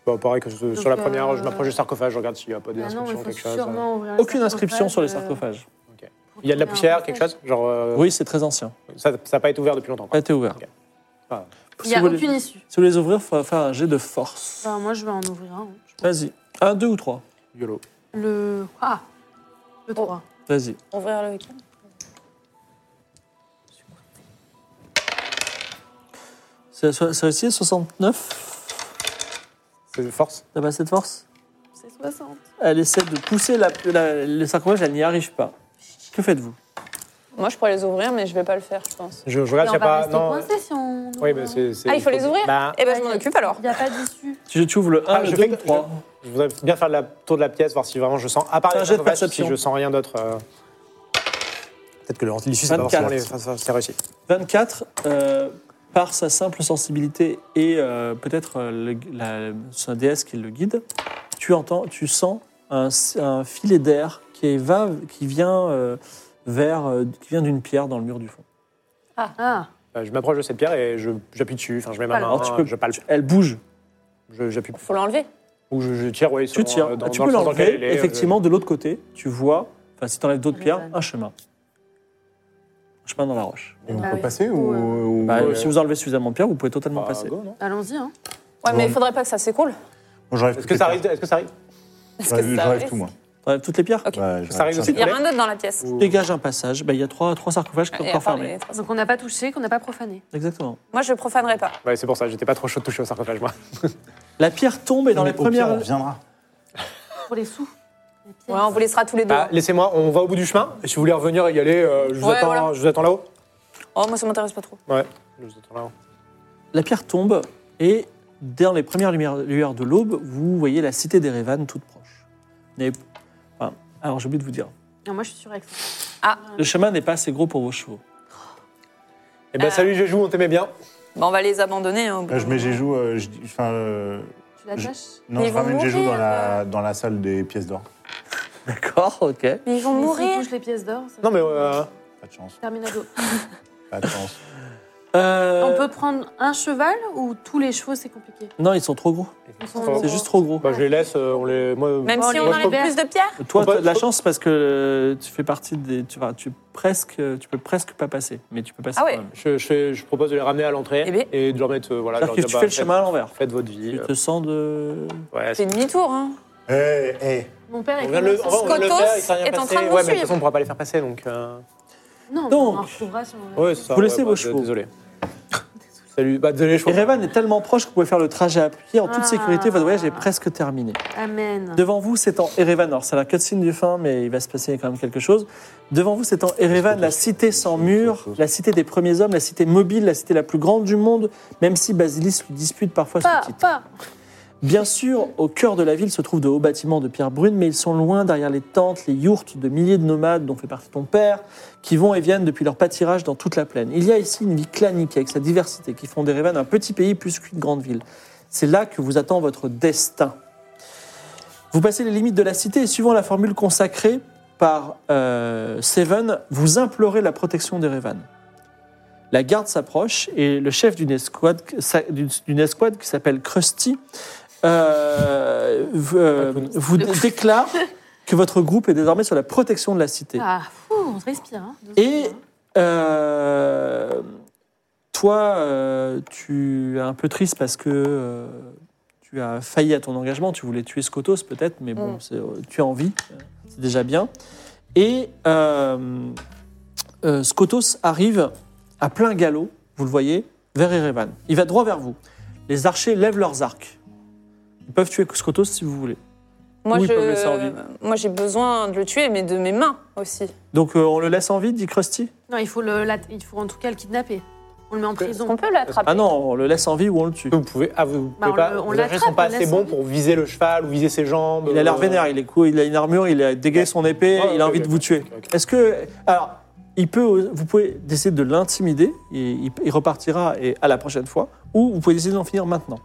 Speaker 2: Bon, pareil que sur
Speaker 5: Donc,
Speaker 2: la première,
Speaker 5: euh,
Speaker 2: je m'approche du sarcophage, je regarde s'il n'y a pas
Speaker 5: Ah non,
Speaker 2: d'inscription,
Speaker 5: il faut
Speaker 2: quelque chose. hein.
Speaker 5: sûrement ouvrir les
Speaker 1: Aucune inscription sur les sarcophages.
Speaker 5: euh, pour
Speaker 2: Il y a de la
Speaker 5: trouver un
Speaker 2: poussière, quelque chose Genre, euh,
Speaker 1: Oui, c'est très ancien.
Speaker 2: ça n'a pas été ouvert depuis longtemps. quoi.
Speaker 1: Là, t'es ouvert.
Speaker 2: Ok. Ah.
Speaker 5: Il n'y a
Speaker 1: vous voulez-
Speaker 5: aucune
Speaker 1: si
Speaker 5: issue.
Speaker 1: vous voulez les ouvrir, il faut faire un jet de force.
Speaker 5: Enfin, moi, je vais en ouvrir un. hein, je pense.
Speaker 1: Vas-y. Un, deux ou trois
Speaker 2: YOLO.
Speaker 5: Le. Ah
Speaker 2: Oh.
Speaker 5: Le 3.
Speaker 1: Vas-y.
Speaker 3: Ouvrir le week-end.
Speaker 1: C'est c'est réussi, 69
Speaker 2: C'est une force.
Speaker 1: T'as pas assez de force
Speaker 5: C'est 60.
Speaker 1: Elle essaie de pousser la, la- le sarcophage, elle n'y arrive pas. Que faites-vous
Speaker 3: Moi, je pourrais les ouvrir, mais je vais pas le faire, je pense.
Speaker 2: Je, je regarde
Speaker 5: Mais
Speaker 2: s'il
Speaker 5: on
Speaker 2: n'y a
Speaker 5: va
Speaker 2: pas.
Speaker 5: rester coincés si on.
Speaker 2: Oui, mais c'est. c'est-
Speaker 3: Ah, il faut les ouvrir
Speaker 2: Bah,
Speaker 3: Eh ben, je m'en occupe alors.
Speaker 5: Il n'y a pas d'issue.
Speaker 1: Si tu ouvres le 1,
Speaker 2: Ah,
Speaker 1: le
Speaker 2: je
Speaker 1: 2,
Speaker 2: fais-
Speaker 1: le 3.
Speaker 2: je voudrais bien faire le tour de la pièce, voir si vraiment je sens. À part
Speaker 1: Fais un
Speaker 2: les
Speaker 1: jet de
Speaker 2: face à face,
Speaker 1: perception.
Speaker 2: si je sens rien d'autre. euh,
Speaker 4: Peut-être que le
Speaker 2: L'issue, c'est pas
Speaker 1: 24.
Speaker 2: forcément les. face à face, C'est réussi.
Speaker 1: 24, euh, par sa simple sensibilité et euh, peut-être euh, le- la- sa déesse qui le guide, tu entends, tu sens un, un filet d'air qui va, qui vient euh, vers, euh, qui vient d'une pierre dans le mur du fond.
Speaker 5: Ah,
Speaker 2: Euh, Je m'approche de cette pierre et je- j'appuie dessus. Enfin, je mets ma
Speaker 5: Palpe.
Speaker 2: main.
Speaker 1: Alors, Ah, tu peux-
Speaker 2: Je palpe.
Speaker 1: Elle bouge.
Speaker 2: Je- J'appuie.
Speaker 3: Faut l'enlever.
Speaker 2: Ou je, je tire, euh, oui.
Speaker 1: Tu tires. Ah, tu peux l'enlever. Effectivement, de l'autre côté, tu vois, enfin, si tu enlèves d'autres pierres,
Speaker 5: Résonne.
Speaker 1: un chemin. Un chemin dans la roche.
Speaker 4: Et on
Speaker 5: Ah
Speaker 4: peut
Speaker 5: oui.
Speaker 4: passer ou,
Speaker 5: Ouais.
Speaker 4: ou-
Speaker 1: Bah,
Speaker 4: euh,
Speaker 1: Si vous enlevez suffisamment de pierres, vous pouvez totalement
Speaker 2: Ah,
Speaker 1: passer.
Speaker 5: allons-y. Hein.
Speaker 3: Ouais, mais
Speaker 4: Bon.
Speaker 3: il faudrait pas que ça s'écoule.
Speaker 4: bon, j'enlève
Speaker 2: Est-ce
Speaker 4: toutes
Speaker 2: que
Speaker 4: les
Speaker 2: ça
Speaker 4: pierres.
Speaker 2: arrive Est-ce que ça arrive
Speaker 3: Parce
Speaker 4: Ouais,
Speaker 3: que ça
Speaker 4: J'enlève
Speaker 3: risque.
Speaker 4: tout, moi.
Speaker 1: T'enlèves toutes les pierres
Speaker 3: Ok.
Speaker 4: Ouais,
Speaker 2: Ça arrive
Speaker 4: j'enlève
Speaker 2: aussi.
Speaker 3: Il y a rien d'autre dans la pièce.
Speaker 2: Ou-
Speaker 1: Dégage un passage. Bah, Il y a trois, trois sarcophages qui sont
Speaker 3: Et à
Speaker 1: encore
Speaker 3: part
Speaker 1: fermés.
Speaker 3: les trois-
Speaker 5: Donc on n'a pas touché, qu'on n'a pas profané.
Speaker 1: Exactement.
Speaker 3: Moi, je profanerai pas.
Speaker 2: Ouais, c'est pour ça, j'étais pas trop chaud de toucher au sarcophage, moi.
Speaker 1: La pierre tombe et dans
Speaker 4: Non, mais
Speaker 1: les
Speaker 4: au pire,
Speaker 1: premières.
Speaker 4: on reviendra.
Speaker 5: Pour les sous. Les pièces.
Speaker 3: Ouais, on vous laissera tous les deux.
Speaker 2: Bah, laissez-moi, on va au bout du chemin. Et si vous voulez revenir et y aller, euh, je, vous
Speaker 3: Ouais,
Speaker 2: attends,
Speaker 3: voilà.
Speaker 2: je vous attends là-haut.
Speaker 3: Oh, moi, ça m'intéresse pas trop.
Speaker 2: Ouais, je vous attends là-haut.
Speaker 1: La pierre tombe et dans les premières lumières- lueurs de l'aube, vous voyez la cité des Révanes toute proche. Mais- enfin, alors j'ai oublié de vous dire,
Speaker 5: Non, moi je suis sûre avec ça.
Speaker 1: le chemin n'est pas assez gros pour vos chevaux.
Speaker 2: Eh
Speaker 3: Euh.
Speaker 2: ben, salut, Jéjou, on t'aimait bien.
Speaker 3: Bah, on va les abandonner. hein, au bout
Speaker 4: Là, je
Speaker 3: d'un
Speaker 4: mets
Speaker 3: moment.
Speaker 4: Jéjou. euh, je dis- Enfin, euh,
Speaker 5: Tu l'attaches
Speaker 4: non,
Speaker 3: Mais
Speaker 4: je
Speaker 3: ils vont
Speaker 4: ramène Jéjou dans
Speaker 3: mourir,
Speaker 4: la, dans la salle des pièces d'or.
Speaker 1: D'accord, ok.
Speaker 3: Mais ils vont
Speaker 5: Mais
Speaker 3: mourir.
Speaker 5: s'ils touchent les pièces d'or, ça
Speaker 2: Non, mais.
Speaker 5: fait-
Speaker 2: euh,
Speaker 4: Pas de chance.
Speaker 5: Terminado.
Speaker 4: Pas de chance.
Speaker 1: Euh,
Speaker 5: On peut prendre un cheval ou tous les chevaux, c'est compliqué.
Speaker 1: Non, ils sont trop gros.
Speaker 5: Trop
Speaker 1: C'est juste trop gros.
Speaker 2: Bah, je les laisse, euh, on les. Moi,
Speaker 3: Même
Speaker 5: Bon,
Speaker 3: si
Speaker 5: les-
Speaker 3: on
Speaker 2: moi, je
Speaker 3: enlève
Speaker 2: peux-
Speaker 3: plus de pierres.
Speaker 1: Toi,
Speaker 2: Faut pas-
Speaker 1: t'as de la
Speaker 2: faut-
Speaker 1: chance parce que euh, tu fais partie des. Tu, vas, tu, presque, euh, tu peux presque pas passer, mais tu peux passer
Speaker 3: Ah ouais.
Speaker 1: quand même.
Speaker 2: je, je, fais- je propose de les ramener à l'entrée
Speaker 3: Eh ben.
Speaker 2: et de leur mettre. euh, voilà,
Speaker 1: C'est-à-dire
Speaker 2: leur
Speaker 1: que
Speaker 2: dire,
Speaker 1: tu
Speaker 2: bah,
Speaker 1: fais le
Speaker 2: faites-
Speaker 1: chemin à l'envers.
Speaker 2: Faites votre vie.
Speaker 1: Tu
Speaker 2: euh,
Speaker 1: te sens de.
Speaker 2: Ouais,
Speaker 3: C'est demi-tour. Hein.
Speaker 4: Eh, eh.
Speaker 5: Mon père est
Speaker 2: On vient de le, on va- on vient de le
Speaker 3: Scotos
Speaker 2: faire, il s'est rien
Speaker 3: est en
Speaker 2: passé.
Speaker 3: train de nous
Speaker 2: Ouais, mais de toute façon,
Speaker 3: suivre.
Speaker 2: on pourra pas les faire passer, donc. euh,
Speaker 5: Non, mais
Speaker 1: Donc.
Speaker 5: on en retrouvera sur le-
Speaker 2: Ouais, c'est ça.
Speaker 1: Vous
Speaker 2: ouais,
Speaker 1: laissez
Speaker 2: bah,
Speaker 1: vos
Speaker 2: d-
Speaker 1: chevaux.
Speaker 2: Désolé. Salut, bah, désolé,
Speaker 1: Et
Speaker 2: chevaux.
Speaker 1: Revan est tellement proche que vous pouvez faire le trajet à pied en toute
Speaker 5: Ah.
Speaker 1: sécurité. Votre voyage est presque terminé.
Speaker 5: Amen.
Speaker 1: Devant vous s'étend Erevan. Alors, c'est la cutscene du fin, mais il va se passer quand même quelque chose. Devant vous s'étend Erevan, la cité sans mur, la cité des premiers hommes, la cité mobile, la cité la plus grande du monde, même si Basilis lui dispute parfois
Speaker 5: Pas,
Speaker 1: son titre.
Speaker 5: pas.
Speaker 1: Bien sûr, au cœur de la ville se trouvent de hauts bâtiments de pierre brune, mais ils sont loin derrière les tentes, les yourtes de milliers de nomades dont fait partie ton père, qui vont et viennent depuis leur pâtirage dans toute la plaine. Il y a ici une vie clanique avec sa diversité qui font d'Erevan un petit pays plus qu'une grande ville. C'est là que vous attend votre destin. Vous passez les limites de la cité et suivant la formule consacrée par euh, Seven, vous implorez la protection d'Erevan. La garde s'approche et le chef d'une escouade, d'une- d'une escouade qui s'appelle Krusty euh, vous- euh, vous dé- déclare que votre groupe est désormais sur la protection de la cité.
Speaker 5: Ah, fou, on se respire. hein. Deux
Speaker 1: Et
Speaker 5: secondes, hein.
Speaker 1: euh, toi, euh, tu es un peu triste parce que euh, tu as failli à ton engagement. Tu voulais tuer Skotos peut-être, mais bon,
Speaker 3: Mm.
Speaker 1: c'est- euh, tu as envie, c'est déjà bien. Et euh, euh, Skotos arrive à plein galop, vous le voyez, vers Erevan. Il va droit vers vous. Les archers lèvent leurs arcs. Ils peuvent tuer Skotos si vous voulez.
Speaker 3: Moi,
Speaker 1: Ou ils
Speaker 3: je-
Speaker 1: peuvent laisser en vie.
Speaker 3: Moi, j'ai besoin de le tuer, mais de mes mains aussi.
Speaker 1: Donc euh, on le laisse en vie, dit Krusty
Speaker 5: Non, il faut, le, la- il faut en tout cas le kidnapper. On le met en
Speaker 1: Bah,
Speaker 3: Est-ce
Speaker 5: prison.
Speaker 3: qu'on peut l'attraper
Speaker 1: Ah non, on le laisse en vie ou on le tue.
Speaker 2: Que Vous pouvez, ah, vous
Speaker 5: Bah,
Speaker 2: pouvez
Speaker 5: on
Speaker 2: pas.
Speaker 5: le- on
Speaker 2: les archers
Speaker 5: l'attrape,
Speaker 2: sont pas
Speaker 5: on
Speaker 2: assez
Speaker 5: laisse
Speaker 2: bons
Speaker 5: tomber.
Speaker 2: pour viser le cheval ou viser ses jambes.
Speaker 1: Il a l'air
Speaker 2: euh,
Speaker 1: vénère, il est cool, il a une armure, il a dégagé son épée,
Speaker 2: Ouais,
Speaker 1: il a
Speaker 2: ok,
Speaker 1: envie
Speaker 2: ok,
Speaker 1: de vous tuer.
Speaker 2: ok, ok.
Speaker 1: Est-ce que. Alors, il peut, vous pouvez décider de l'intimider, et il, il repartira et à la prochaine fois, ou vous pouvez décider d'en finir maintenant.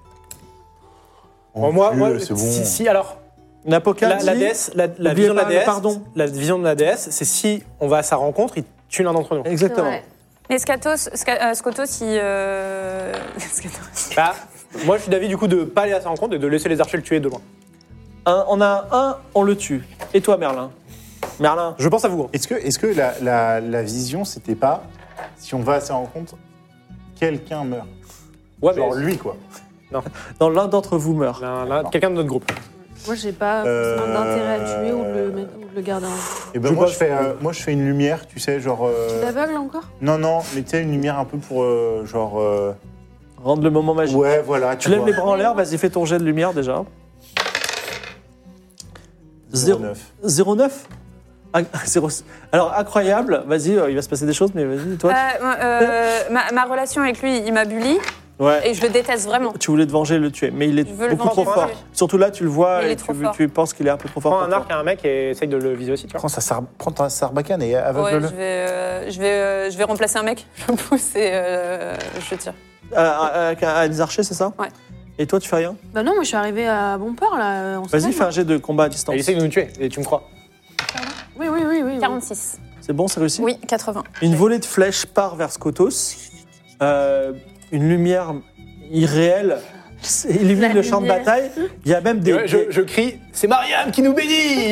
Speaker 2: Bon, moi,
Speaker 4: Dieu,
Speaker 2: moi,
Speaker 4: c'est bon.
Speaker 2: si, si, alors,
Speaker 1: Napoca,
Speaker 2: la, la
Speaker 1: dit-
Speaker 2: déesse, la, la
Speaker 1: Oubliez
Speaker 2: vision de la
Speaker 1: pas le
Speaker 2: déesse,
Speaker 1: pardon.
Speaker 2: la vision de la déesse, c'est si on va à sa rencontre, il tue l'un d'entre nous.
Speaker 1: Exactement.
Speaker 5: Ouais.
Speaker 3: Mais Skatos, Ska- euh, Skotos, il. euh, Skatos.
Speaker 2: Bah, moi, je suis d'avis du coup de pas aller à sa rencontre et de laisser les archers le tuer de loin.
Speaker 1: Un- on a un, on le tue. Et toi, Merlin Merlin,
Speaker 2: Je pense à vous. hein.
Speaker 4: Est-ce que, est que la, la, la vision, c'était pas si on va à ses rencontres, quelqu'un meurt
Speaker 2: Ouais,
Speaker 4: Genre
Speaker 2: mais-
Speaker 4: lui, quoi.
Speaker 1: dans l'un d'entre vous meurt.
Speaker 2: L'un- l'un- Quelqu'un de notre groupe.
Speaker 5: Moi, j'ai pas
Speaker 4: Euh,
Speaker 5: forcément d'intérêt à tuer ou de le, mettre- ou de le garder en vie.
Speaker 4: Et ben
Speaker 1: Je
Speaker 4: moi,
Speaker 1: pense
Speaker 4: je fais, euh, moi, je fais une lumière, tu sais, genre. euh,
Speaker 5: D'aveugle encore
Speaker 4: non, non, mais tu sais, une lumière un peu pour. euh, genre. euh,
Speaker 1: Rendre le moment magique.
Speaker 4: ouais, voilà.
Speaker 1: tu lèves
Speaker 4: vois.
Speaker 1: les bras en l'air, vas-y, fais ton jet de lumière déjà. 0,9.
Speaker 4: 09.
Speaker 1: 09 Ah, c'est Ross. Alors, incroyable, vas-y, euh, il va se passer des choses, mais vas-y, toi.
Speaker 3: Euh, euh, ma, ma relation avec lui, il m'a bully
Speaker 1: ouais.
Speaker 3: et je le déteste vraiment.
Speaker 1: Tu voulais te venger et le tuer, mais il est
Speaker 3: Je veux le
Speaker 1: beaucoup trop
Speaker 3: venger.
Speaker 1: fort. Surtout là, tu le vois
Speaker 3: Il est
Speaker 1: et tu,
Speaker 3: trop fort.
Speaker 1: tu penses qu'il est un peu trop fort.
Speaker 2: Prends
Speaker 1: pour
Speaker 2: un
Speaker 1: toi.
Speaker 2: arc à un mec et essaye de le viser aussi, tu vois.
Speaker 4: Prends, sa sar- prends ta sarbacane et aveugle-le.
Speaker 3: Ouais, je vais, euh, je, vais, euh, je vais remplacer un mec, je le pousse et euh, je tire.
Speaker 1: Euh, avec un- avec des archers, c'est ça
Speaker 3: Ouais.
Speaker 1: Et toi, tu fais rien
Speaker 5: Bah non, moi je suis arrivée à bon port là. euh, on se
Speaker 1: Vas-y,
Speaker 5: calme.
Speaker 1: fais un jet de combat à
Speaker 2: Et
Speaker 1: distance.
Speaker 2: il essaye de nous tuer, et tu me crois.
Speaker 5: Oui, oui, oui. oui, oui.
Speaker 3: 46.
Speaker 1: C'est bon, c'est réussi
Speaker 3: Oui, 80.
Speaker 1: Une volée de flèches part vers Skotos. Euh, une lumière irréelle illumine
Speaker 5: La
Speaker 1: le champ de
Speaker 5: lumière.
Speaker 1: bataille. Il y a même des,
Speaker 2: Ouais, je,
Speaker 1: des-
Speaker 2: je crie, c'est Mariam qui nous bénit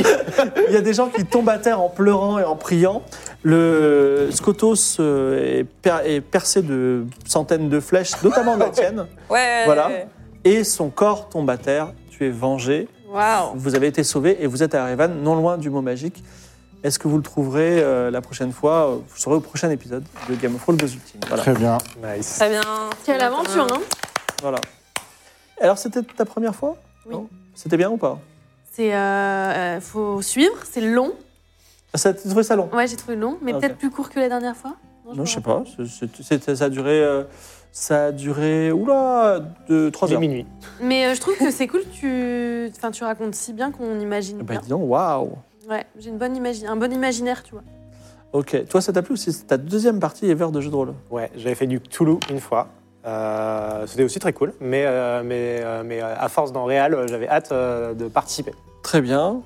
Speaker 1: il y a des gens qui tombent à terre en pleurant et en priant. Le Skotos euh, est, per- est percé de centaines de flèches, notamment de la tienne.
Speaker 3: Ouais.
Speaker 1: Voilà. Et son corps tombe à terre. Tu es vengé.
Speaker 3: Waouh.
Speaker 1: Vous avez été sauvé et vous êtes à Erevan, non loin du mot magique. Est-ce que vous le trouverez euh, la prochaine fois Vous le saurez au prochain épisode de Game of Thrones Ultime. Voilà.
Speaker 4: Très bien.
Speaker 2: Nice.
Speaker 3: Très bien.
Speaker 5: Quelle aventure, hein. non
Speaker 1: Voilà. Alors, c'était ta première fois
Speaker 5: Oui.
Speaker 1: Non C'était bien ou pas
Speaker 5: C'est. euh, euh, faut suivre, c'est long.
Speaker 1: Ah, Ça, T'as trouvé ça long
Speaker 5: Ouais, j'ai trouvé long, mais
Speaker 1: Ah, ok.
Speaker 5: peut-être plus court que la dernière fois.
Speaker 1: Non,
Speaker 5: me
Speaker 1: je sais pas.
Speaker 5: rappelle
Speaker 1: C'est- c'est- ça a duré. euh, ça a duré. Oula de 3
Speaker 2: Il est
Speaker 1: heures.
Speaker 2: minuit.
Speaker 5: Mais euh, je trouve que c'est cool, tu... Enfin, tu racontes si bien qu'on imagine
Speaker 1: Eh Ben,
Speaker 5: bien.
Speaker 1: dis donc, waouh
Speaker 5: Ouais, j'ai une bonne imagi- un bon imaginaire, tu vois.
Speaker 1: Ok, toi ça t'a plu aussi C'est ta deuxième partie ever de jeu de rôle.
Speaker 2: Ouais, j'avais fait du Cthulhu une fois. Euh, C'était aussi très cool, mais, euh, mais, euh, mais euh, à force d'en réal, euh, j'avais hâte euh, de participer.
Speaker 1: Très bien.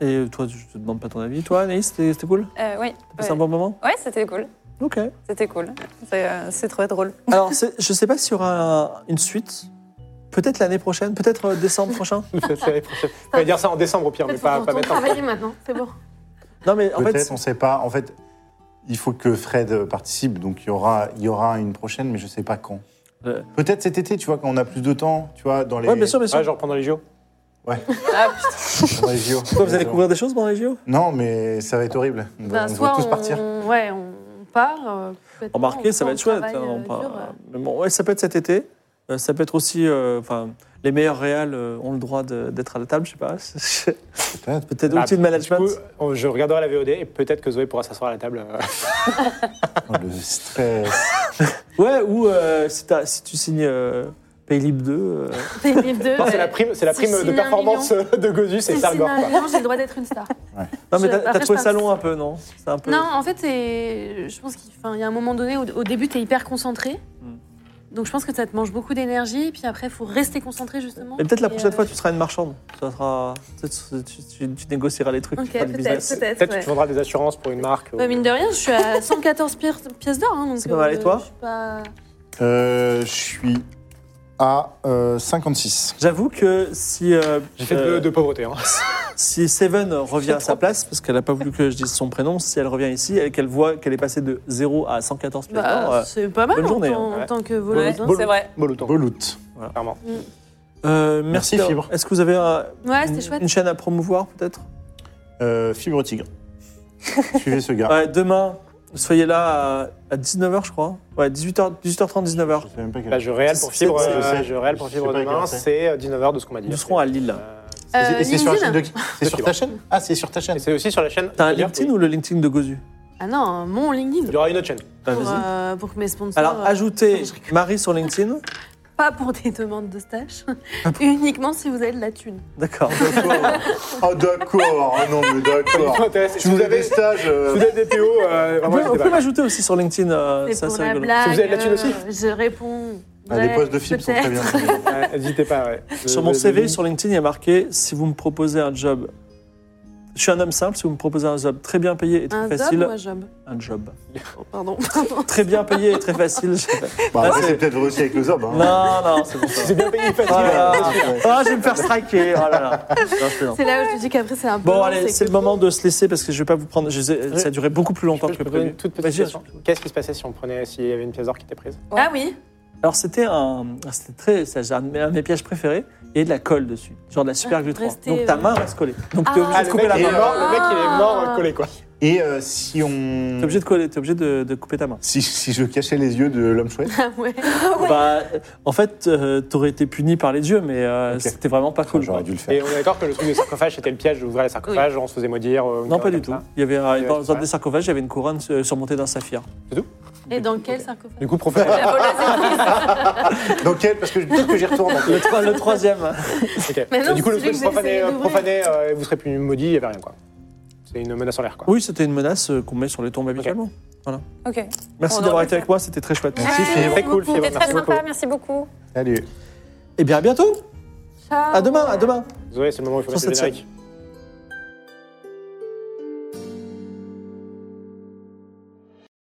Speaker 1: Et toi, je te demande pas ton avis. Toi, Anaïs, c'était c'était cool
Speaker 3: Euh, oui.
Speaker 1: T'as passé
Speaker 3: Ouais,
Speaker 1: un bon moment
Speaker 3: Ouais, c'était cool.
Speaker 1: Ok.
Speaker 3: C'était cool. C'est euh, c'est trop drôle.
Speaker 1: Alors, c'est- je sais pas s'il y aura un- une suite. Peut-être l'année prochaine, peut-être euh, décembre prochain.
Speaker 2: C'est l'année prochaine. On va dire ça en décembre au pire, mais
Speaker 5: Peut-être
Speaker 2: pas,
Speaker 5: faut
Speaker 2: pas
Speaker 5: qu'on
Speaker 2: maintenant.
Speaker 5: travailler maintenant, c'est bon.
Speaker 1: Non, mais en
Speaker 4: Peut-être,
Speaker 1: fait,
Speaker 4: on sait pas. En fait, il faut que Fred euh, participe, donc il y aura, il y aura une prochaine, mais je sais pas quand.
Speaker 1: Euh.
Speaker 4: Peut-être cet été, tu vois, quand on a plus de temps, tu vois, dans les,
Speaker 1: ouais, bien sûr, bien sûr.
Speaker 2: Ouais, genre pendant les JO.
Speaker 3: Ah, putain.
Speaker 4: dans les JO.
Speaker 1: Quoi, vous allez couvrir des choses pendant les JO
Speaker 4: Non, mais ça va être horrible. On va,
Speaker 5: Bah,
Speaker 4: on va
Speaker 5: soit
Speaker 4: tous partir.
Speaker 5: on... Ouais, on part. euh, complètement,
Speaker 1: Remarquez,
Speaker 5: on
Speaker 1: ça
Speaker 5: prend
Speaker 1: va
Speaker 5: le
Speaker 1: être chouette.
Speaker 5: travail,
Speaker 1: hein, on
Speaker 5: euh,
Speaker 1: part-
Speaker 5: dur, euh.
Speaker 1: Mais bon, ouais, ça peut être cet été. Euh, ça peut être aussi. euh, Enfin, les meilleurs réals euh, ont le droit de- d'être à la table, je sais pas.
Speaker 4: Peut-être.
Speaker 1: Peut-être
Speaker 2: Bah,
Speaker 1: outil de management.
Speaker 2: Du coup, on- Oh, je regarderai la VOD et peut-être que Zoé pourra s'asseoir à la table. euh,
Speaker 4: Oh, le stress.
Speaker 1: Ouais, ou euh, si, t'as- si tu signes euh, Pays Libre 2. euh,
Speaker 5: T'es libre de-
Speaker 2: Non, c'est la prime, c'est la
Speaker 5: Si
Speaker 2: prime
Speaker 5: je
Speaker 2: de
Speaker 5: signe un
Speaker 2: performance de Gozus et
Speaker 5: Si, si,
Speaker 2: Sargor.
Speaker 5: non,
Speaker 2: quoi.
Speaker 5: non, j'ai le droit d'être une star.
Speaker 1: Non, mais
Speaker 5: Je-
Speaker 1: t'as
Speaker 5: après,
Speaker 1: t'as
Speaker 5: je
Speaker 1: trouvé
Speaker 5: pense-
Speaker 1: ça long un peu, non C'est un peu.
Speaker 5: Non, en fait, c'est- je pense qu'il enfin, il y a un moment donné, au, au début, tu es hyper concentré.
Speaker 1: Mm.
Speaker 5: Donc je pense que ça te mange beaucoup d'énergie, puis après, il faut rester concentré justement.
Speaker 1: Mais peut-être la
Speaker 5: Et,
Speaker 1: prochaine
Speaker 5: euh,
Speaker 1: fois, tu seras une marchande. Ça sera... peut-être tu, tu- tu négocieras les trucs,
Speaker 5: Ok,
Speaker 1: tu feras du business.
Speaker 5: peut-être, peut-être.
Speaker 2: Peut-être que
Speaker 5: ouais.
Speaker 2: tu vendras des assurances pour une marque. ou-
Speaker 5: Bah, mine de rien, je suis à 114 pi- pièces d'or. hein, donc,
Speaker 1: C'est pas mal, et toi
Speaker 5: je suis pas-
Speaker 4: Euh, je suis à euh, 56.
Speaker 1: J'avoue que si, euh,
Speaker 2: J'ai fait
Speaker 1: euh,
Speaker 2: de, de pauvreté. hein.
Speaker 1: si Seven revient à sa place, parce qu'elle n'a pas voulu que je dise son prénom, si elle revient ici et qu'elle voit qu'elle est passée de 0 à 114 pièces
Speaker 5: Bah,
Speaker 1: d'or, euh,
Speaker 5: c'est pas mal
Speaker 1: bonne
Speaker 5: en,
Speaker 1: journée,
Speaker 5: tant,
Speaker 2: hein,
Speaker 5: en
Speaker 2: ouais.
Speaker 5: tant que
Speaker 3: Ouais,
Speaker 5: voleuse. hein.
Speaker 3: c'est vrai.
Speaker 2: Boluton,
Speaker 4: Bolout.
Speaker 2: clairement.
Speaker 1: Euh, merci,
Speaker 4: Merci,
Speaker 1: d'avoir-
Speaker 4: Fibre.
Speaker 1: Est-ce que vous avez euh,
Speaker 5: Ouais,
Speaker 1: une,
Speaker 5: c'était chouette.
Speaker 1: une chaîne à promouvoir peut-être
Speaker 4: Euh, fibre tigre. Suivez ce gars.
Speaker 1: Ouais, Demain, soyez là à, 19h, je crois. Ouais, 18h, 18h30, 19h.
Speaker 4: Je sais même pas quel-
Speaker 2: Bah, je réel pour
Speaker 1: C'est-
Speaker 2: fibre,
Speaker 1: c'est-
Speaker 2: euh,
Speaker 4: c'est-
Speaker 2: je réel pour
Speaker 4: je sais
Speaker 2: fibre
Speaker 4: pas quelle
Speaker 2: demain,
Speaker 4: heure c'est.
Speaker 2: c'est euh, 19h de ce qu'on m'a dit.
Speaker 1: Nous serons à Lille.
Speaker 2: Euh,
Speaker 4: Et c'est-
Speaker 5: Euh,
Speaker 4: et c'est sur, la chaîne de
Speaker 5: LinkedIn
Speaker 4: qui C'est sur ta chaîne Ah, c'est sur ta chaîne.
Speaker 2: et c'est aussi sur la chaîne.
Speaker 1: T'as un
Speaker 2: Lire,
Speaker 1: LinkedIn
Speaker 2: oui.
Speaker 1: ou le LinkedIn de Gozu
Speaker 5: Ah non, mon LinkedIn.
Speaker 2: Il y aura une autre chaîne.
Speaker 1: Bah,
Speaker 5: Pour,
Speaker 1: vas-y.
Speaker 5: euh, pour que mes sponsors.
Speaker 1: Alors,
Speaker 5: euh,
Speaker 1: ajoutez
Speaker 5: je rigole.
Speaker 1: Marie sur LinkedIn.
Speaker 5: Pas pour des demandes de stage,
Speaker 1: Ah
Speaker 5: uniquement si vous avez de la thune.
Speaker 1: D'accord.
Speaker 4: Ah, d'accord. Ah non, mais d'accord.
Speaker 2: Si vous avez, si
Speaker 4: stages.
Speaker 2: vous avez des PO, euh,
Speaker 1: On peut,
Speaker 2: vraiment,
Speaker 1: on
Speaker 2: n'hésitez
Speaker 1: peut
Speaker 2: pas.
Speaker 1: m'ajouter aussi sur LinkedIn. euh,
Speaker 5: C'est
Speaker 1: ça,
Speaker 5: pour
Speaker 1: c'est
Speaker 5: la
Speaker 1: rigolo.
Speaker 5: blague.
Speaker 2: Si vous avez de la thune
Speaker 5: euh,
Speaker 2: aussi.
Speaker 5: Je réponds.
Speaker 4: Ah, les
Speaker 5: Ouais,
Speaker 4: postes de fibre sont très bien.
Speaker 5: peut-être.
Speaker 2: Ouais, N'hésitez pas. ouais.
Speaker 1: Sur
Speaker 2: Le-
Speaker 1: mon
Speaker 2: le-
Speaker 1: CV,
Speaker 2: le-
Speaker 1: sur LinkedIn, il y a marqué si vous me proposez un job. Je suis un homme simple, si vous me proposez un job très bien payé et très
Speaker 5: Un
Speaker 1: facile,
Speaker 5: job ou un job
Speaker 1: un job.
Speaker 5: Oh, Pardon.
Speaker 1: Très bien payé et très facile. je-
Speaker 4: Bah,
Speaker 1: Ah,
Speaker 4: après,
Speaker 1: c'est-
Speaker 4: c'est peut-être aussi avec le Zob. Hein.
Speaker 1: Non, non, c'est pour ça.
Speaker 2: C'est bien payé, facile.
Speaker 1: Oh là là.
Speaker 4: Ouais.
Speaker 1: Ah, je vais me faire striker. Oh là là. Non, je plaisante.
Speaker 5: C'est là où je te dis qu'après, c'est un peu.
Speaker 1: Bon,
Speaker 5: long,
Speaker 1: allez,
Speaker 5: que-
Speaker 1: c'est le moment de se laisser parce que je vais pas vous prendre. je sais- ça a duré beaucoup plus longtemps
Speaker 2: Je
Speaker 1: que
Speaker 2: peux poser
Speaker 1: prévu.
Speaker 2: une toute petite
Speaker 1: Vas-y,
Speaker 2: question. Qu'est-ce qui se passait si on prenait, s'il y avait une pièce d'or qui était prise
Speaker 5: Ah oui
Speaker 1: Alors, c'était un. C'était très. C'est un, un de mes pièges préférés. Il y a de la colle dessus. Genre de la super
Speaker 5: Ah,
Speaker 1: glue 30.
Speaker 5: restez,
Speaker 1: Donc, ta
Speaker 5: ouais.
Speaker 1: main reste collée. Donc, tu es obligé
Speaker 5: Ah,
Speaker 1: de
Speaker 2: le
Speaker 1: couper
Speaker 2: mec,
Speaker 1: la
Speaker 2: il est
Speaker 1: main.
Speaker 2: mort, le mec, il est mort euh, collé, quoi.
Speaker 4: Et euh, si on.
Speaker 1: T'es obligé, de, coller- t'es obligé de- de couper ta main.
Speaker 4: Si, si je cachais les yeux de l'homme chouette.
Speaker 5: Ah ouais.
Speaker 1: Bah, en fait, euh, t'aurais été puni par les dieux, mais euh,
Speaker 4: Ok.
Speaker 1: c'était vraiment pas cool.
Speaker 4: J'aurais dû le faire.
Speaker 2: Et on est d'accord que le truc des sarcophages, c'était le piège d'ouvrir les sarcophages, on se faisait maudire. euh, une
Speaker 1: Non, pas
Speaker 2: connerie
Speaker 1: du
Speaker 2: comme
Speaker 1: tout.
Speaker 2: ça.
Speaker 1: Il y avait un-
Speaker 2: Ouais,
Speaker 1: dans un
Speaker 2: ouais.
Speaker 1: des sarcophages, il y avait une couronne euh, surmontée d'un saphir.
Speaker 5: Et dans quel sarcophage
Speaker 2: Du coup,
Speaker 1: Ah,
Speaker 2: professeur.
Speaker 3: La voleuse est prise.
Speaker 4: Donc, elle, parce que je- peut-être que j'y retourne. en fait.
Speaker 1: Le, tro- le troisième.
Speaker 2: ok.
Speaker 5: Mais non,
Speaker 2: Et du coup, le
Speaker 5: c'est
Speaker 2: truc
Speaker 5: celui que
Speaker 2: profané,
Speaker 5: j'essayais
Speaker 2: euh,
Speaker 5: d'ouvrir.
Speaker 2: profané, euh, vous serez plus maudit, il n'y avait rien, quoi. C'est une menace en l'air, quoi.
Speaker 1: Oui, c'était une menace euh, qu'on met sur les tombes habituellement.
Speaker 3: Ok.
Speaker 1: Merci
Speaker 3: On
Speaker 1: d'avoir
Speaker 3: aurait
Speaker 1: été avec moi, c'était très chouette.
Speaker 4: Merci, Fibre.
Speaker 2: Très cool, Fibre,
Speaker 3: C'était très
Speaker 2: merci
Speaker 3: sympa,
Speaker 2: beaucoup.
Speaker 3: merci beaucoup.
Speaker 4: Salut.
Speaker 1: Et Eh bien, à bientôt.
Speaker 5: Ciao.
Speaker 1: À demain, à demain.
Speaker 2: Désolé, c'est le moment où il faut
Speaker 1: Sur
Speaker 2: mettre le
Speaker 1: cette
Speaker 2: générique.